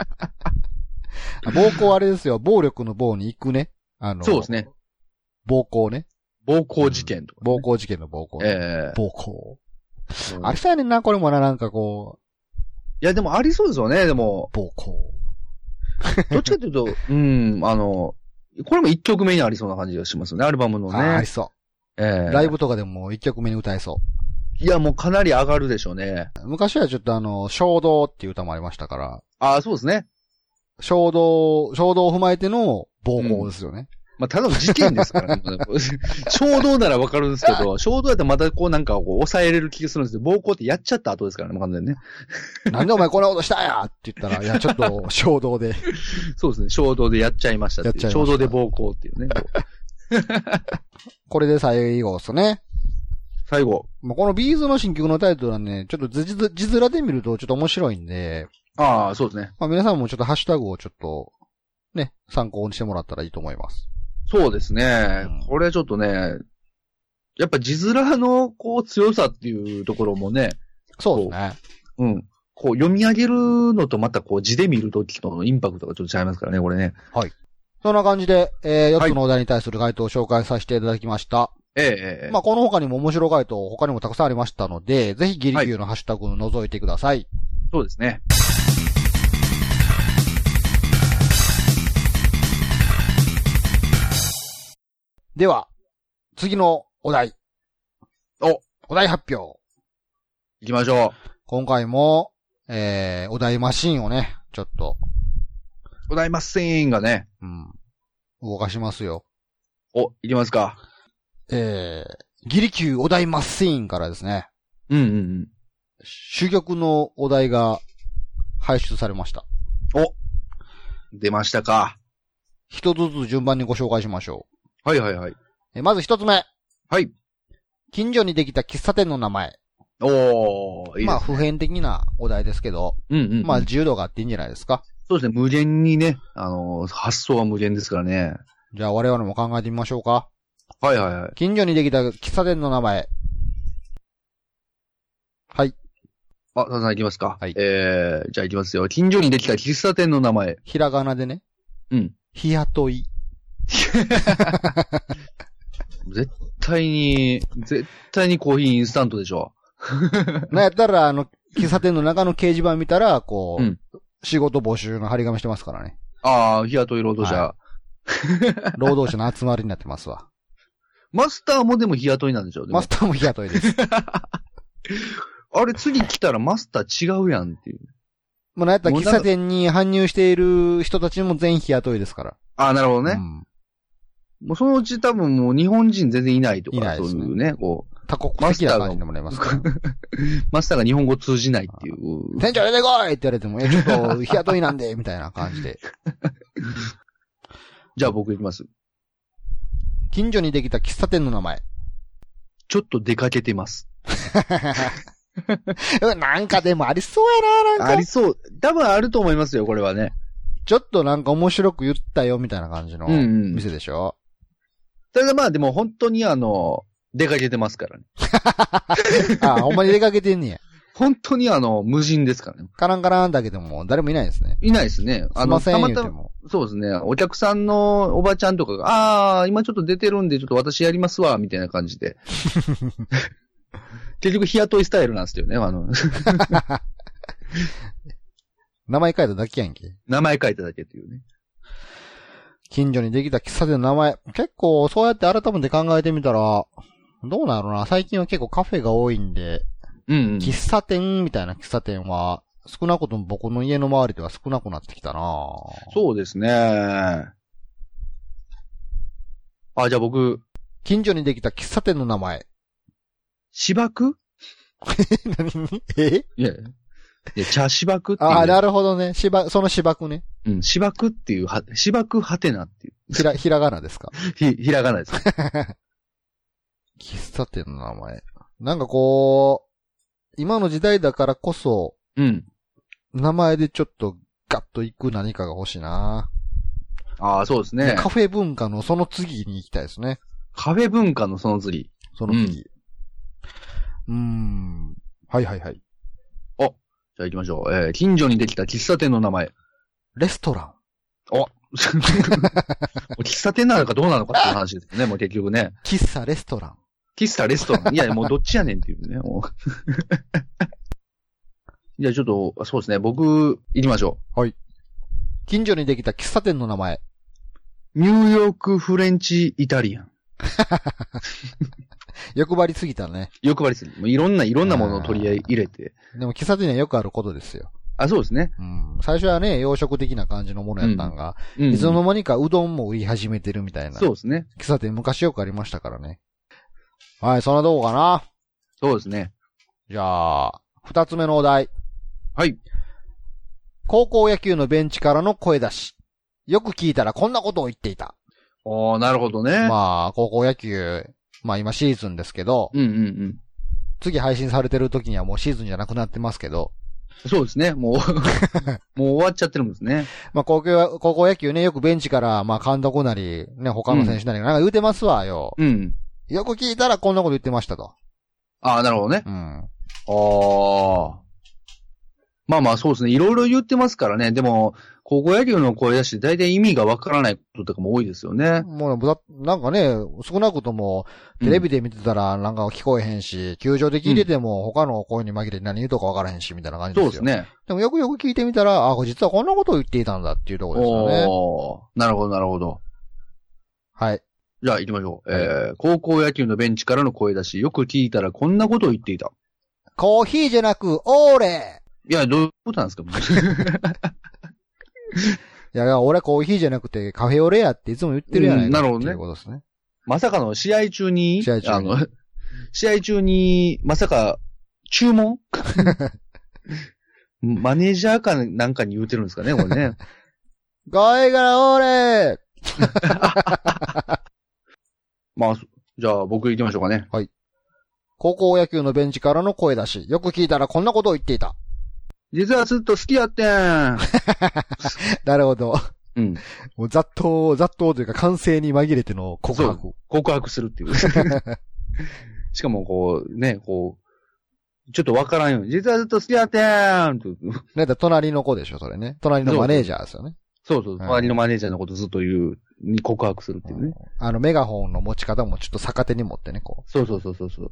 [SPEAKER 1] 暴 行あれですよ、暴力の暴に行くね。あの、
[SPEAKER 2] そうですね。
[SPEAKER 1] 暴行ね。
[SPEAKER 2] 暴行事件とか、
[SPEAKER 1] 暴行事件の暴行、
[SPEAKER 2] ええ
[SPEAKER 1] 暴行。
[SPEAKER 2] うん
[SPEAKER 1] あれさやねんな、これもな、なんかこう、
[SPEAKER 2] いや、でもありそうですよね。でも、
[SPEAKER 1] 暴行。
[SPEAKER 2] どっちかというと、うん、あの、これも一曲目にありそうな感じがしますよね、アルバムの
[SPEAKER 1] あーあ
[SPEAKER 2] ね
[SPEAKER 1] り。そ
[SPEAKER 2] え
[SPEAKER 1] う。
[SPEAKER 2] え
[SPEAKER 1] ライブとかでも一曲目に歌えそ
[SPEAKER 2] いや、もうかなり上がるでしょうね。
[SPEAKER 1] う。昔はちょっとあの、衝動っていう歌もありましたから、
[SPEAKER 2] ああ、そうですね。
[SPEAKER 1] 衝動、衝動を踏まえての暴行ですよね。
[SPEAKER 2] まあ、ただの事件ですからね。 衝動ならわかるんですけど、衝動やったらまたこうなんかこう抑えれる気がするんですけど、暴行ってやっちゃった後ですからね、もう完全にね。
[SPEAKER 1] なんでお前こんなことしたんやって 言ったら、いや、ちょっと衝動で。
[SPEAKER 2] そうですね、衝動でやっちゃいましたっていう
[SPEAKER 1] やっちゃいま
[SPEAKER 2] 衝
[SPEAKER 1] した
[SPEAKER 2] 動で暴行っていうね。こう
[SPEAKER 1] これで最後ですね。
[SPEAKER 2] 最後。
[SPEAKER 1] まあ、このビーズの新曲のタイトルはね、ちょっと字字字面で見るとちょっと面白いんで、
[SPEAKER 2] ああ、そうですね。
[SPEAKER 1] まあ、皆さんもちょっとハッシュタグをちょっと、ね、参考にしてもらったらいいと思います。
[SPEAKER 2] そうですね
[SPEAKER 1] うん。
[SPEAKER 2] これちょっとね、やっぱ字面のこう強さっていうところもね、
[SPEAKER 1] そうですね。
[SPEAKER 2] うん。こう読み上げるのとまたこう字で見るときのインパクトがちょっと違いますからね、これね。
[SPEAKER 1] そんな感じで、えー、
[SPEAKER 2] は
[SPEAKER 1] 4
[SPEAKER 2] い
[SPEAKER 1] つのお題に対する回答を紹介させていただきました。
[SPEAKER 2] ええええ
[SPEAKER 1] まあ、この他にも面白い回答、他にもたくさんありましたので、ぜひギリギリのハッシュタグを覗いてください。
[SPEAKER 2] そうですね。
[SPEAKER 1] では、次のお題。
[SPEAKER 2] お
[SPEAKER 1] お題発表。
[SPEAKER 2] 行きましょ
[SPEAKER 1] 今回も、えー、お題マシンをね、ちょっと、
[SPEAKER 2] う。お題マッシーンがね、
[SPEAKER 1] うん、動かしますよ。
[SPEAKER 2] お、行きますか。
[SPEAKER 1] えー、ギリキューお題マッシーンからですね、
[SPEAKER 2] うんうん
[SPEAKER 1] 主玉のお題が排出されました。
[SPEAKER 2] うん。お、出ましたか。
[SPEAKER 1] 一つずつ順番にご紹介しましょ
[SPEAKER 2] はいはいはい。
[SPEAKER 1] う。えまず一つ目。
[SPEAKER 2] はい。
[SPEAKER 1] 近所にできた喫茶店の名前。
[SPEAKER 2] おー、いいです。
[SPEAKER 1] まあ、普遍的なお題ですけど、
[SPEAKER 2] うんうんうん。
[SPEAKER 1] まあ、自由度があっていいんじゃないですか。
[SPEAKER 2] そうですね、無限にね、あのー発想は無限ですからね。
[SPEAKER 1] じゃあ、我々も考えてみましょうか。
[SPEAKER 2] はいはいはい。
[SPEAKER 1] 近所にできた喫茶店の名前。はい。
[SPEAKER 2] あ、さんさん行きますか。
[SPEAKER 1] はい
[SPEAKER 2] えー、じゃあ行きますよ。近所にできた喫茶店の名前。
[SPEAKER 1] ひらがなでね。
[SPEAKER 2] うん。
[SPEAKER 1] 日雇い。
[SPEAKER 2] 絶対に、絶対にコーヒーインスタントでしょ。
[SPEAKER 1] なんやったら、あの、喫茶店の中の掲示板見たら、こう、
[SPEAKER 2] うん
[SPEAKER 1] 仕事募集の張り紙してますからね。
[SPEAKER 2] ああ、日雇い労働者。
[SPEAKER 1] は労働者の集まりになってますわ。
[SPEAKER 2] マスターもでも日雇いなんでしょ。でも
[SPEAKER 1] マスターも日雇いです。
[SPEAKER 2] あれ、次来たらマスター違うやんっていう。
[SPEAKER 1] もうなんやったら喫茶店に搬入している人たちも全員日雇いですから。
[SPEAKER 2] ああ、なるほどね。
[SPEAKER 1] うん
[SPEAKER 2] もうそのうち多分もう日本人全然いないとか、
[SPEAKER 1] いないで
[SPEAKER 2] そう
[SPEAKER 1] す
[SPEAKER 2] い
[SPEAKER 1] ね
[SPEAKER 2] うね、こ
[SPEAKER 1] 多国籍な感じでもらえますから。
[SPEAKER 2] う、マスターが日本語通じないっていう。
[SPEAKER 1] 店長出てこいって言われても、え、ちょっと、日雇いなんで、みたいな感じで。
[SPEAKER 2] じゃあ僕行きます。
[SPEAKER 1] 近所にできた喫茶店の名前。
[SPEAKER 2] ちょっと出かけてます。
[SPEAKER 1] うんなんかでもありそうやな、
[SPEAKER 2] あ
[SPEAKER 1] なん
[SPEAKER 2] り
[SPEAKER 1] か。
[SPEAKER 2] そう。多分あると思いますよ、これはね。
[SPEAKER 1] ちょっとなんか面白く言ったよ、みたいな感じの
[SPEAKER 2] うんうん
[SPEAKER 1] 店でしょ。
[SPEAKER 2] ただまあでも本当にあの、出かけてますからね。
[SPEAKER 1] あ、ほんまに出かけてんねや。
[SPEAKER 2] 本当にあの、無人ですからね。
[SPEAKER 1] カランカランだけでも誰もいないですね。
[SPEAKER 2] いないですね。
[SPEAKER 1] す
[SPEAKER 2] あ
[SPEAKER 1] い
[SPEAKER 2] の、
[SPEAKER 1] ません、
[SPEAKER 2] た
[SPEAKER 1] 言
[SPEAKER 2] ま
[SPEAKER 1] うて
[SPEAKER 2] たま、
[SPEAKER 1] も。
[SPEAKER 2] そうですね。お客さんのおばちゃんとかが、ああー、今ちょっと出てるんで、ちょっと私やりますわ、みたいな感 じで。結局、日雇いスタイルなんですよね。あの、
[SPEAKER 1] 名前書いただけやんけ。
[SPEAKER 2] 名前書いただけっていうね。
[SPEAKER 1] 近所にできた喫茶店の名前。結構、そうやって改めて考えてみたら、どうなのな。最近は結構カフェが多いんで、
[SPEAKER 2] うん、うん。
[SPEAKER 1] 喫茶店みたいな喫茶店は、少なくとも僕の家の周りでは少なくなってきたな
[SPEAKER 2] そうですね。あ、じゃあ僕、
[SPEAKER 1] 近所にできた喫茶店の名前。
[SPEAKER 2] 芝区
[SPEAKER 1] え
[SPEAKER 2] いや、いや、茶芝区っていう。
[SPEAKER 1] ああ、なるほどね。芝、その芝生ね。
[SPEAKER 2] うん、芝区っていう、は芝区はてなっていう。
[SPEAKER 1] ひら、ひらがなですか。
[SPEAKER 2] ひ、ひらがなです。
[SPEAKER 1] 喫茶店の名前。なんかこう、今の時代だからこそ、
[SPEAKER 2] うん。
[SPEAKER 1] 名前でちょっとガッと行く何かが欲しいな、
[SPEAKER 2] ああ、そうですね。
[SPEAKER 1] カフェ文化のその次に行きたいですね。
[SPEAKER 2] カフェ文化のその釣り。
[SPEAKER 1] その次。うーん。はいはいはい。
[SPEAKER 2] じゃあ行きましょう。えー近所にできた喫茶店の名前。
[SPEAKER 1] レストラン。
[SPEAKER 2] 喫茶店なのかどうなのかっていう話ですよね、もう結局ね。
[SPEAKER 1] 喫茶レストラン。
[SPEAKER 2] 喫茶、レストラン。いや、もうどっちやねんっていうね、もう。 じゃあちょっと、そうですね、僕、行きましょ
[SPEAKER 1] 近所にできた喫茶店の名前。
[SPEAKER 2] う。ニューヨークフレンチイタリアン。
[SPEAKER 1] 欲張りすぎたね。
[SPEAKER 2] 欲張りする。もういろんな、いろんなものを取り入れて。
[SPEAKER 1] でも喫茶店にはよくあることですよ。
[SPEAKER 2] あ、そうですね。
[SPEAKER 1] うん。最初はね、洋食的な感じのものやったんが、
[SPEAKER 2] うん。
[SPEAKER 1] いつの間にかうどんも売り始めてるみたいな。
[SPEAKER 2] そうですね。
[SPEAKER 1] 喫茶店昔よくありましたからね。はい、そんなとこかな。
[SPEAKER 2] そうですね。
[SPEAKER 1] じゃあ、二つ目のお題。
[SPEAKER 2] はい。
[SPEAKER 1] 高校野球のベンチからの声出し。よく聞いたらこんなことを言っていた。
[SPEAKER 2] ああ、なるほどね。
[SPEAKER 1] まあ、高校野球、まあ今シーズンですけど、
[SPEAKER 2] うんうんうん。
[SPEAKER 1] 次配信されてる時にはもうシーズンじゃなくなってますけど、
[SPEAKER 2] そうですね。もう 、もう終わっちゃってるんですね。
[SPEAKER 1] まあ高校は、高校野球ね、よくベンチから、まあ監督なり、ね、他の選手なりがなんか言うてますわよ。
[SPEAKER 2] うん。
[SPEAKER 1] よく聞いたらこんなこと言ってましたと。
[SPEAKER 2] ああ、なるほどね。
[SPEAKER 1] うん。
[SPEAKER 2] ああ。まあまあそうですね。いろいろ言ってますからね。でも、高校野球の声出し、大体意味がわからないこととかも多いですよね。
[SPEAKER 1] もうだ、なんかね、少なくとも、テレビで見てたらなんか聞こえへんし、球場で聞いてても他の声に紛れて何言うとかわからへんし、みたいな感じ
[SPEAKER 2] そ
[SPEAKER 1] で
[SPEAKER 2] う
[SPEAKER 1] す
[SPEAKER 2] で
[SPEAKER 1] よ。
[SPEAKER 2] す。ね。
[SPEAKER 1] でもよくよく聞いてみたら、あ、これ実はこんなことを言っていたんだっていうところですよね。
[SPEAKER 2] おーなるほど、なるほど。
[SPEAKER 1] はい。
[SPEAKER 2] じゃあ行きましょう。えー、高校野球のベンチからの声出し、よく聞いたらこんなことを言っていた。
[SPEAKER 1] コーヒーじゃなく、オーレ
[SPEAKER 2] いや、どういうことなんですか
[SPEAKER 1] いやいや、俺はコーヒーじゃなくてカフェオレやっていつも言ってるやないか
[SPEAKER 2] うんなるほどね
[SPEAKER 1] っていうことですね。
[SPEAKER 2] まさかの試合中に、
[SPEAKER 1] 試合中に
[SPEAKER 2] あの、 試合中に、まさか、注文マネージャーかなんかに言うてるんですかね、これね。
[SPEAKER 1] ガエガラオーレ
[SPEAKER 2] まあ、そじゃあ僕行きましょうかね。
[SPEAKER 1] 高校野球のベンチからの声出し、よく聞いたらこんなことを言っていた。
[SPEAKER 2] 実はずっと好きやってん。
[SPEAKER 1] なるほど。
[SPEAKER 2] うん。
[SPEAKER 1] もう雑踏、雑踏というか完成に紛れての告白。
[SPEAKER 2] 告白するって いう。しかもこう、ね、こう、ちょっとわからんように、実はずっと好きやってんって
[SPEAKER 1] ね、だ隣の子でしょ、それね。隣のマネージャーですよね。
[SPEAKER 2] そうそう、周りのマネージャーのことずっと言う、に告白するっていうね。
[SPEAKER 1] あの、メガホンの持ち方もちょっと逆手に持ってね、こ
[SPEAKER 2] そうそうそうそうそう。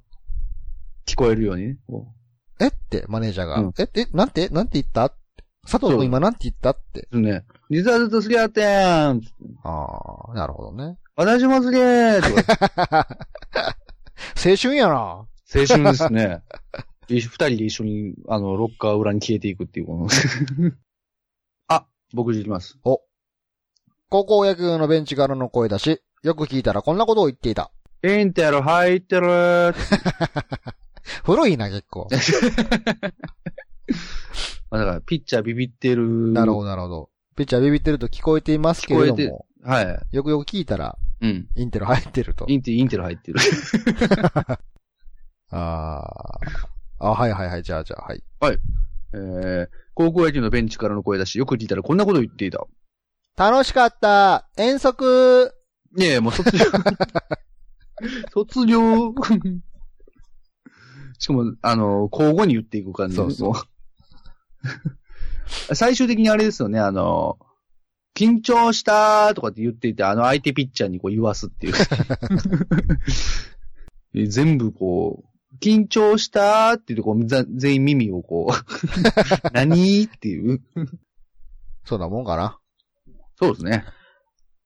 [SPEAKER 2] 聞こえるようにね。こ
[SPEAKER 1] う。えって、マネージャーが。
[SPEAKER 2] うん
[SPEAKER 1] え、え、なんてなんて言ったって佐藤
[SPEAKER 2] そ
[SPEAKER 1] 君
[SPEAKER 2] う
[SPEAKER 1] 今なんて言ったって。
[SPEAKER 2] うね。実はずっと好きやってん
[SPEAKER 1] ああ、なるほどね。
[SPEAKER 2] 私も好きとか
[SPEAKER 1] 青春やな。
[SPEAKER 2] 青春です ね。一緒二人で一緒に、あの、ロッカー裏に消えていくっていうこ の。あ、僕行きます。
[SPEAKER 1] 高校野球のベンチからの声出し、よく聞いたらこんなことを言っていた。
[SPEAKER 2] インテル入って る
[SPEAKER 1] 古いな、結 構。
[SPEAKER 2] まあだから、ピッチャービビってる。
[SPEAKER 1] なるほど、なるほど。ピッチャービビってると聞こえていますけれど
[SPEAKER 2] 聞
[SPEAKER 1] も、
[SPEAKER 2] ど。はい。
[SPEAKER 1] よくよく聞いたら、
[SPEAKER 2] うん。
[SPEAKER 1] インテル入ってると。
[SPEAKER 2] インテル、インテル入 ってる。
[SPEAKER 1] ああ。あ、はいはいはい、じゃあじゃあ、はい。
[SPEAKER 2] えー、高校野球のベンチからの声だし、よく聞いたらこんなこと言っていた。
[SPEAKER 1] 楽しかった遠足
[SPEAKER 2] ねえ、もう卒 業。卒業。 しかも、あの、交互に言っていく感じ
[SPEAKER 1] そうそう
[SPEAKER 2] もう 最終的にあれですよね、あの、緊張したーとかって言っていて、あの相手ピッチャーにこう言わすっていう。 全部こう、緊張したーって言ってこう、ざ全員耳をこう、何っていう。
[SPEAKER 1] そうなもんかな。
[SPEAKER 2] そうですね。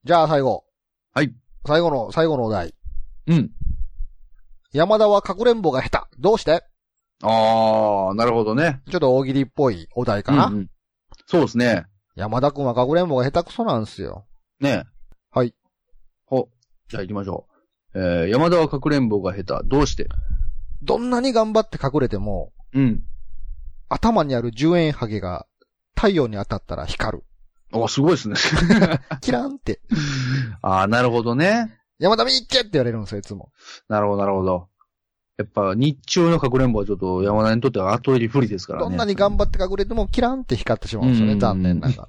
[SPEAKER 1] じゃあ最後。
[SPEAKER 2] はい。
[SPEAKER 1] 最後の、最後のお題。
[SPEAKER 2] うん。
[SPEAKER 1] 山田はかくれんぼが下手。どうして
[SPEAKER 2] あー、なるほどね。
[SPEAKER 1] ちょっと大喜利っぽいお題かな。
[SPEAKER 2] うんうんそうですね。
[SPEAKER 1] 山田くんはかくれんぼが下手くそなんですよ。
[SPEAKER 2] ねえ。
[SPEAKER 1] はい。
[SPEAKER 2] ほ。じゃあ行きましょう。えー、山田はかくれんぼが下手。どうして
[SPEAKER 1] どんなに頑張って隠れても、
[SPEAKER 2] うん。
[SPEAKER 1] 頭にある10円ハゲが太陽に当たったら 光る。
[SPEAKER 2] あ、すごいですね。
[SPEAKER 1] キラーンって。
[SPEAKER 2] ああ、なるほどね。
[SPEAKER 1] 山田見っけって言われるんですよ、いつも。
[SPEAKER 2] なるほど、なるほど。やっぱ、日中のかくれんぼはちょっと山田にとっては圧倒的不利ですからね。
[SPEAKER 1] どんなに頑張って隠れてもキラーンって光ってしまうんですよ
[SPEAKER 2] う
[SPEAKER 1] ね、
[SPEAKER 2] ん
[SPEAKER 1] 残念なが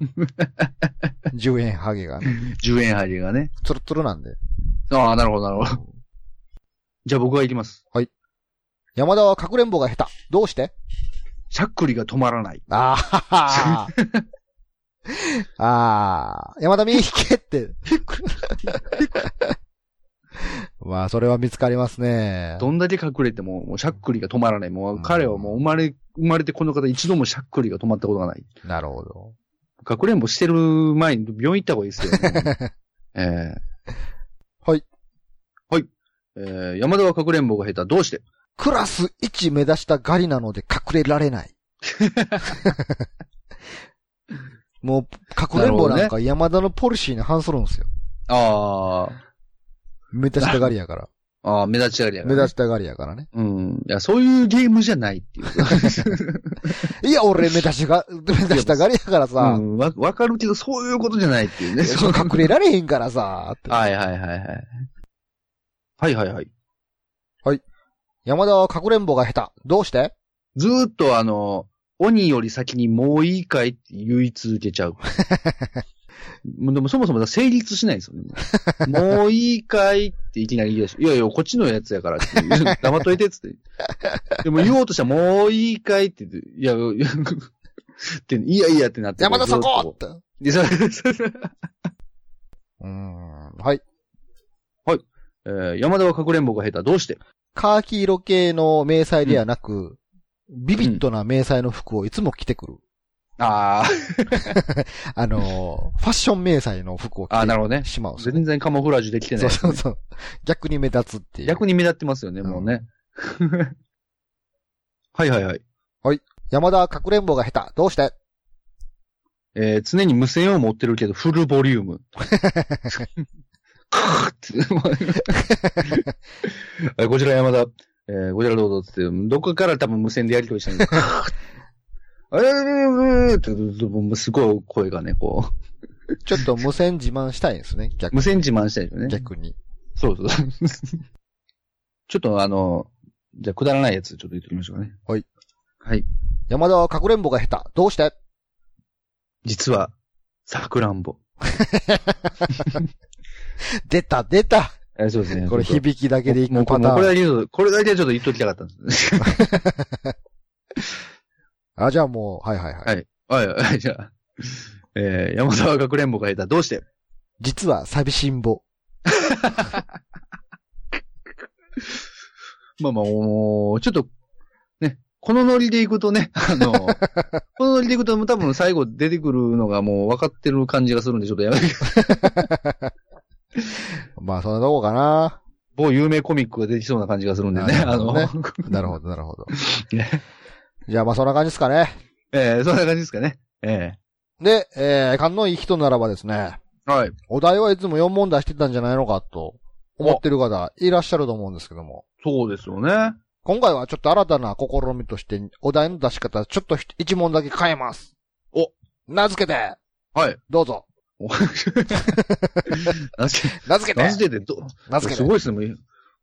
[SPEAKER 1] ら。10円ハゲがね、
[SPEAKER 2] 10円入りがね。
[SPEAKER 1] ツルツルなんで。
[SPEAKER 2] ああ、なるほど、なるほど。じゃあ僕が行きます。
[SPEAKER 1] 山田はかくれんぼが下手。どうして
[SPEAKER 2] しゃっくりが止まらない。
[SPEAKER 1] ああ。ああ。山田見に引け って。まあ、それは見つかりますね。
[SPEAKER 2] どんだけ隠れても、もうしゃっくりが止まらない。もう彼はもう生まれ、生まれてこの方一度もしゃっくりが止まったことがない。
[SPEAKER 1] なるほど。
[SPEAKER 2] かくれんぼしてる前に病院行った方がいいですよ、 ね。えー
[SPEAKER 1] はい。
[SPEAKER 2] はい。えー、山田はかくれんぼが下手。どうして
[SPEAKER 1] クラス1目指したガリなので隠れられ ない。もう、かくれんぼなんか山田のポリシーに反するんですよ。
[SPEAKER 2] あ
[SPEAKER 1] 目指したガリやから。
[SPEAKER 2] あ、ああ、目立ち上がりやか
[SPEAKER 1] 目
[SPEAKER 2] ら、
[SPEAKER 1] 指したガリやからね。
[SPEAKER 2] うん。いや、そういうゲームじゃないっていう。
[SPEAKER 1] いや、俺目指しが、目指したガリやから
[SPEAKER 2] う
[SPEAKER 1] さ、
[SPEAKER 2] ん、わ、わかるけど、そういうことじゃないっ ていうね。
[SPEAKER 1] そう隠れられへんからさ、って
[SPEAKER 2] はいはいはいはい。はいはいはい。
[SPEAKER 1] 山田はかくれんぼが下手。どうして
[SPEAKER 2] ずーっとあの、鬼より先にもういいかいって言い続けちゃう。もうでもそもそも成立しないんですよね。もういいかいっていきなり言い出し、いやいや、こっちのやつやからっていう、黙っといてっつって。でも言おうとしたらもういいかいって言って、いや、いや、っていやいやってなって。
[SPEAKER 1] 山田そ
[SPEAKER 2] ずーっ
[SPEAKER 1] ことって。
[SPEAKER 2] でそうそうそう
[SPEAKER 1] うーん。はい。
[SPEAKER 2] えー山田はかくれんぼが下手。どうして
[SPEAKER 1] カーキ色系の迷彩ではなく、ビビッドな迷彩の服をいつも着てくる。
[SPEAKER 2] あー
[SPEAKER 1] あのー、ファッション迷彩の服を着
[SPEAKER 2] あー、なる
[SPEAKER 1] て
[SPEAKER 2] ほどね。
[SPEAKER 1] しまうんですよ。
[SPEAKER 2] 全然カモフラージュできてない
[SPEAKER 1] そう。そうそう。逆に目立つっていう。
[SPEAKER 2] 逆に目立ってますよね、もうね。はいはいはい。
[SPEAKER 1] 山田はかくれんぼが下手。どうして
[SPEAKER 2] えー常に無線を持ってるけど、フルボリューム。カーってはいこちら山田。えーこちらどうぞって、どこから多分無線でやりとりしたんですか。あれって、すごい声がね、こ
[SPEAKER 1] ちょっと無線自慢したいんですね。
[SPEAKER 2] う、
[SPEAKER 1] 逆
[SPEAKER 2] 無
[SPEAKER 1] に。
[SPEAKER 2] 線自慢したいですよね。
[SPEAKER 1] 逆に。
[SPEAKER 2] そうそう。ちょっとあの、じゃあくだらないやつ、ちょっと言っておきましょうかね。
[SPEAKER 1] はい。
[SPEAKER 2] はい。
[SPEAKER 1] 山田はかくれんぼが下手。どうして
[SPEAKER 2] 実は、さくらんぼ。
[SPEAKER 1] 出た、出た
[SPEAKER 2] えそうですね。
[SPEAKER 1] これ
[SPEAKER 2] 日
[SPEAKER 1] 響きだけでい
[SPEAKER 2] も
[SPEAKER 1] く
[SPEAKER 2] うこ
[SPEAKER 1] パ
[SPEAKER 2] れも
[SPEAKER 1] タ
[SPEAKER 2] うこれ
[SPEAKER 1] ーン。
[SPEAKER 2] だけちょっと、これだけはちょっと言っときたかったんです。
[SPEAKER 1] あ、じゃあもう、はいはいはい。
[SPEAKER 2] はいはいはい、じゃあ。えー、山沢かくれんぼがいた。どうして
[SPEAKER 1] 実は寂しんぼ。
[SPEAKER 2] まあまあ、もう、ちょっと、ね、このノリで行くとね、 あの、このノリで行くと多分最後出てくるのがもう分かってる感じがするんで、ちょっとやめて。
[SPEAKER 1] まあ、そんなとこか な。
[SPEAKER 2] 某有名コミックが出てきそうな感じがするんでね、
[SPEAKER 1] な
[SPEAKER 2] あ
[SPEAKER 1] るほど
[SPEAKER 2] の、
[SPEAKER 1] ねなるほど、なるほど
[SPEAKER 2] ね。
[SPEAKER 1] じゃあまあそんな感じですかね。
[SPEAKER 2] えー、そんな感じですかね。え
[SPEAKER 1] で、えー、勘のいい人ならばですね、
[SPEAKER 2] ー、はい。
[SPEAKER 1] お題はいつも4問出してたんじゃないのかと思ってる方いらっしゃると思うんですけども。
[SPEAKER 2] そうですよね。
[SPEAKER 1] 今回はちょっと新たな試みとしてお題の出し方ちょっと1問だけ変えます。
[SPEAKER 2] お
[SPEAKER 1] 名付けて
[SPEAKER 2] はい。
[SPEAKER 1] どうぞ
[SPEAKER 2] お 名付け
[SPEAKER 1] 名付け
[SPEAKER 2] 名
[SPEAKER 1] て
[SPEAKER 2] 付けてど、
[SPEAKER 1] 名付け
[SPEAKER 2] す
[SPEAKER 1] て
[SPEAKER 2] ごいですね。もう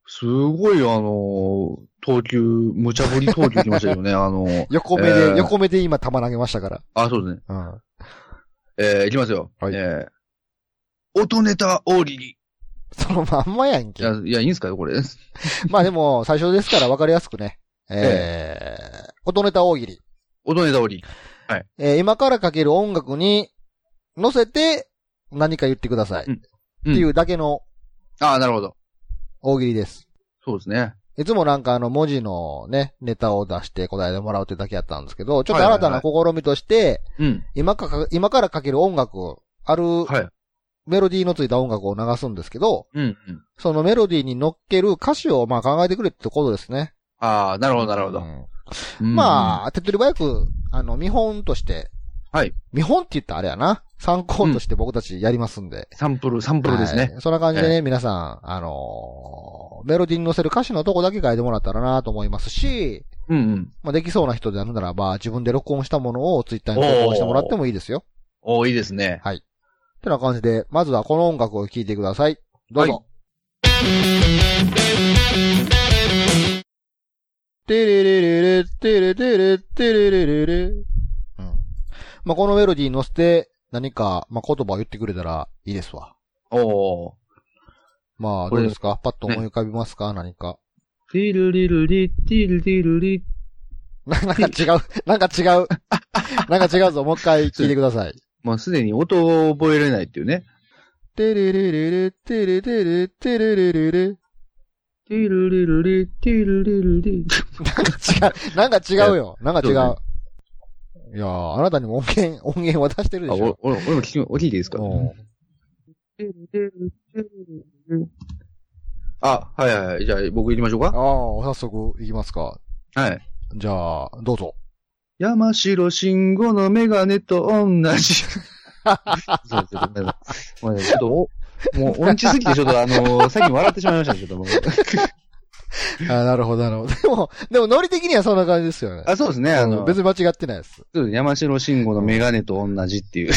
[SPEAKER 2] すごい、あのー、投球、無茶ぶり投球きましたよね。あのー、
[SPEAKER 1] 横目で、
[SPEAKER 2] えー
[SPEAKER 1] 横目で今球投げましたから。
[SPEAKER 2] あ、そうですね。
[SPEAKER 1] うん。
[SPEAKER 2] えー、いきますよ。
[SPEAKER 1] はい
[SPEAKER 2] えー、音ネタ大喜利。
[SPEAKER 1] そのまんまやん
[SPEAKER 2] い
[SPEAKER 1] け
[SPEAKER 2] や。、いや、いいんすかよ、これ。
[SPEAKER 1] まあでも、最初ですから分かりやすくね。えー、音ネタ大喜利。
[SPEAKER 2] 音ネタ大喜利。
[SPEAKER 1] えー今からかける音楽に乗せて何か言ってください。
[SPEAKER 2] うん
[SPEAKER 1] っていうだけの
[SPEAKER 2] あーなるほど。
[SPEAKER 1] 大喜利です。
[SPEAKER 2] そうですね。
[SPEAKER 1] いつもなんかあの文字のね、ネタを出して答えてもらうっていうだけやったんですけど、ちょっと
[SPEAKER 2] はいは
[SPEAKER 1] 新
[SPEAKER 2] いは
[SPEAKER 1] た
[SPEAKER 2] い
[SPEAKER 1] な試みとして、
[SPEAKER 2] うん。
[SPEAKER 1] 今かか、今からかける音楽、ある
[SPEAKER 2] はい。
[SPEAKER 1] メロディーのついた音楽を流すんですけど、
[SPEAKER 2] うん、うん。
[SPEAKER 1] そのメロディーに乗っける歌詞をまあ考えてくれってことですね。
[SPEAKER 2] ああ、なるほど、なるほ
[SPEAKER 1] う
[SPEAKER 2] ど。
[SPEAKER 1] ん
[SPEAKER 2] うん
[SPEAKER 1] まあ、手っ取り早く、あの、見本として。
[SPEAKER 2] はい。
[SPEAKER 1] 見本って言ったらあれやな。参考として僕たちやりますんで。
[SPEAKER 2] サンプル、サンプルですね。
[SPEAKER 1] はい。そんな感じでね、皆さん、あのーメロディーに乗せる歌詞のとこだけ書いてもらったらなと思いますし、
[SPEAKER 2] うんうん。
[SPEAKER 1] まあ、できそうな人であるならば、自分で録音したものをツイッターに投稿してもらってもいいですよ。
[SPEAKER 2] おーいいですね。
[SPEAKER 1] ってな感じで、まずはこの音楽を聴いてください。どうぞ。
[SPEAKER 2] は
[SPEAKER 1] テレレレレ、テレレレ、テレレレレ。うん。まあ、このメロディーに乗せて、何か、まあ、言葉を言ってくれたらいいですわ。
[SPEAKER 2] おー。
[SPEAKER 1] まあ、ど
[SPEAKER 2] これ
[SPEAKER 1] うですかパッと思い浮かびますか、何か。
[SPEAKER 2] ティルリルリ、ティルリルリ。
[SPEAKER 1] ななんか違う。なんか違う。なんか違うぞ。もう一回聞いてください。
[SPEAKER 2] まあ、すでに音を覚えれないっていうね。
[SPEAKER 1] テレレレレ、テレレレ、テレレレレ。
[SPEAKER 2] ティルリルリ、ティルリルリ。
[SPEAKER 1] なんか違う。なんか違うよ。なんか違う。
[SPEAKER 2] そう
[SPEAKER 1] いやー、あなたにも音源、音源渡してる
[SPEAKER 2] あ、
[SPEAKER 1] でしょ
[SPEAKER 2] お。俺、俺も聞き、お聞いていいですか
[SPEAKER 1] うん
[SPEAKER 2] あ、はいはいはい。じゃあ、僕行きましょうか。
[SPEAKER 1] ああ、早速行きますか。
[SPEAKER 2] はい。
[SPEAKER 1] じゃあ、どうぞ。
[SPEAKER 2] 山城慎吾のメガネと同じ。そうですごめんなさいごめんなさいちょっと、おもう音痴すぎて、ちょっとあのー、さっき笑ってしまいましたけども。
[SPEAKER 1] あなるほど、なるほど。 でも、でも、ノリ的にはそんな感じですよね。
[SPEAKER 2] あ、そうですね。あ
[SPEAKER 1] う
[SPEAKER 2] の、
[SPEAKER 1] ん別に間違ってないです。
[SPEAKER 2] そうです山城慎吾のメガネと同じっていう。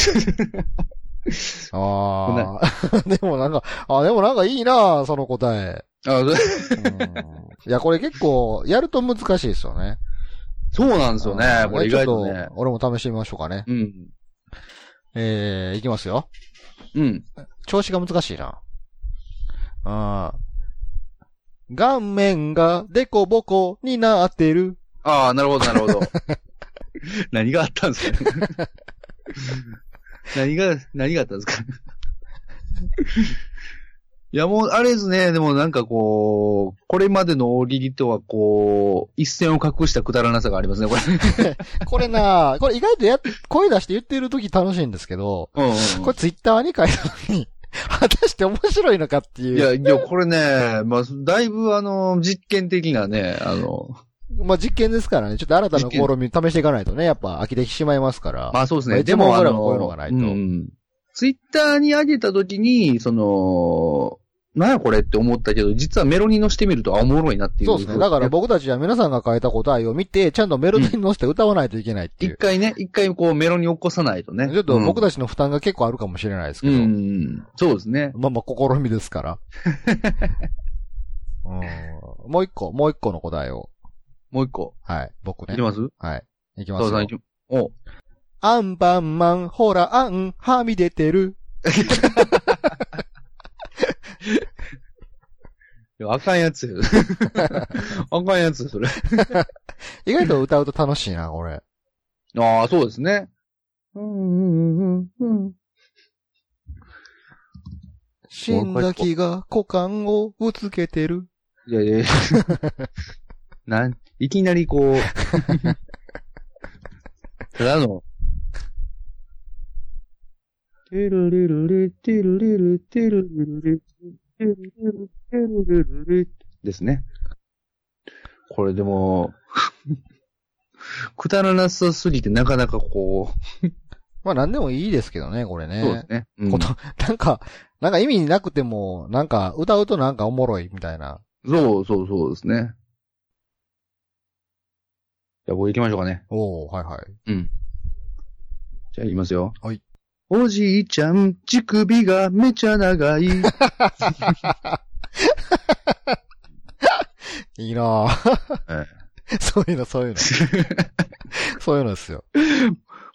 [SPEAKER 1] ああ。 でもなんか、あでもなんかいいなその答え。
[SPEAKER 2] あそう
[SPEAKER 1] うんいや、これ結構、やると難しいですよね。
[SPEAKER 2] そうなんですよね。
[SPEAKER 1] ん
[SPEAKER 2] これ意外と
[SPEAKER 1] ちょ
[SPEAKER 2] ね
[SPEAKER 1] っ。俺も試してみましょうかね。
[SPEAKER 2] うん。
[SPEAKER 1] えー、いきますよ。
[SPEAKER 2] うん。
[SPEAKER 1] 調子が難しいな。あー顔面がデコボコになってる。
[SPEAKER 2] ああ、なるほど、なるほど。 何があったんですか 何が、何があったんですか いや、もう、あれですね。でもなんかこう、これまでの大喜利とはこう、一線を隠したくだらなさがありますね、こ れ。
[SPEAKER 1] これな、 これ意外とや、声出して言ってる時楽しいんですけど、
[SPEAKER 2] うん、
[SPEAKER 1] これツイッターに書いたのに、果たして面白いのかっていう。
[SPEAKER 2] いや、いや、これね、まあ、だいぶあの、実験的なね、あの、
[SPEAKER 1] まあ実験ですからね、ちょっと新たな
[SPEAKER 2] 実験
[SPEAKER 1] 試み試していかないとね、やっぱ飽きてしまいますから。
[SPEAKER 2] まあそうです
[SPEAKER 1] まあ
[SPEAKER 2] ね。
[SPEAKER 1] 一
[SPEAKER 2] で
[SPEAKER 1] 問
[SPEAKER 2] も、あ
[SPEAKER 1] ぐらい
[SPEAKER 2] の
[SPEAKER 1] はこういうのがないと
[SPEAKER 2] うんツイッターに上げたときに、その、なんやこれって思ったけど、実はメロに乗してみると、あ、おもろいなっていう。
[SPEAKER 1] そうですね。だから僕たちは皆さんが書いた答えを見て、ちゃんとメロディーに乗せて歌わないといけないってい
[SPEAKER 2] 一
[SPEAKER 1] う。
[SPEAKER 2] 回ね、一回こうメロに起こさないとね。
[SPEAKER 1] ちょっと僕
[SPEAKER 2] だ
[SPEAKER 1] たちの負担が結構あるかもしれないですけ
[SPEAKER 2] うん
[SPEAKER 1] ど。
[SPEAKER 2] うん。そうですね。
[SPEAKER 1] まあまあ、試みです から。うんもう一個、もう一個の答えを。
[SPEAKER 2] もう一個。
[SPEAKER 1] はい、僕
[SPEAKER 2] い
[SPEAKER 1] ね
[SPEAKER 2] き。ます
[SPEAKER 1] はい。いきま
[SPEAKER 2] 澤
[SPEAKER 1] す
[SPEAKER 2] さん
[SPEAKER 1] よ
[SPEAKER 2] い。きお
[SPEAKER 1] アンパンマン、ほら、アン、はみ出てる。
[SPEAKER 2] いやあかんや つ。あかんやつ、それ。
[SPEAKER 1] 意外と歌うと楽しいな、これ。
[SPEAKER 2] ああ、そうですね。うんうんうんうん。
[SPEAKER 1] 死んだ木が股間をぶつけてる。
[SPEAKER 2] いやいやいやなん、いきなりこう、ただの、テルリルリ、テルリル、テルリル、テルリル、テルリル、ですね。これでも、くだらなさすぎてなかなかこ
[SPEAKER 1] まあ何でもいいですけどね、これ
[SPEAKER 2] そうで
[SPEAKER 1] ね
[SPEAKER 2] す。ね。うん
[SPEAKER 1] こと、なんか、なんか意味なくても、なんか歌うとなんかおもろいみたいな。
[SPEAKER 2] そうそうそうですね。じゃあ僕行きましょうかね。
[SPEAKER 1] おおはいはい。
[SPEAKER 2] じゃあ行きますよ。
[SPEAKER 1] はい。
[SPEAKER 2] おじいちゃん、乳首がめちゃ 長い。
[SPEAKER 1] いいなぁ
[SPEAKER 2] え
[SPEAKER 1] そういうの、そういうの。そういうのですよ。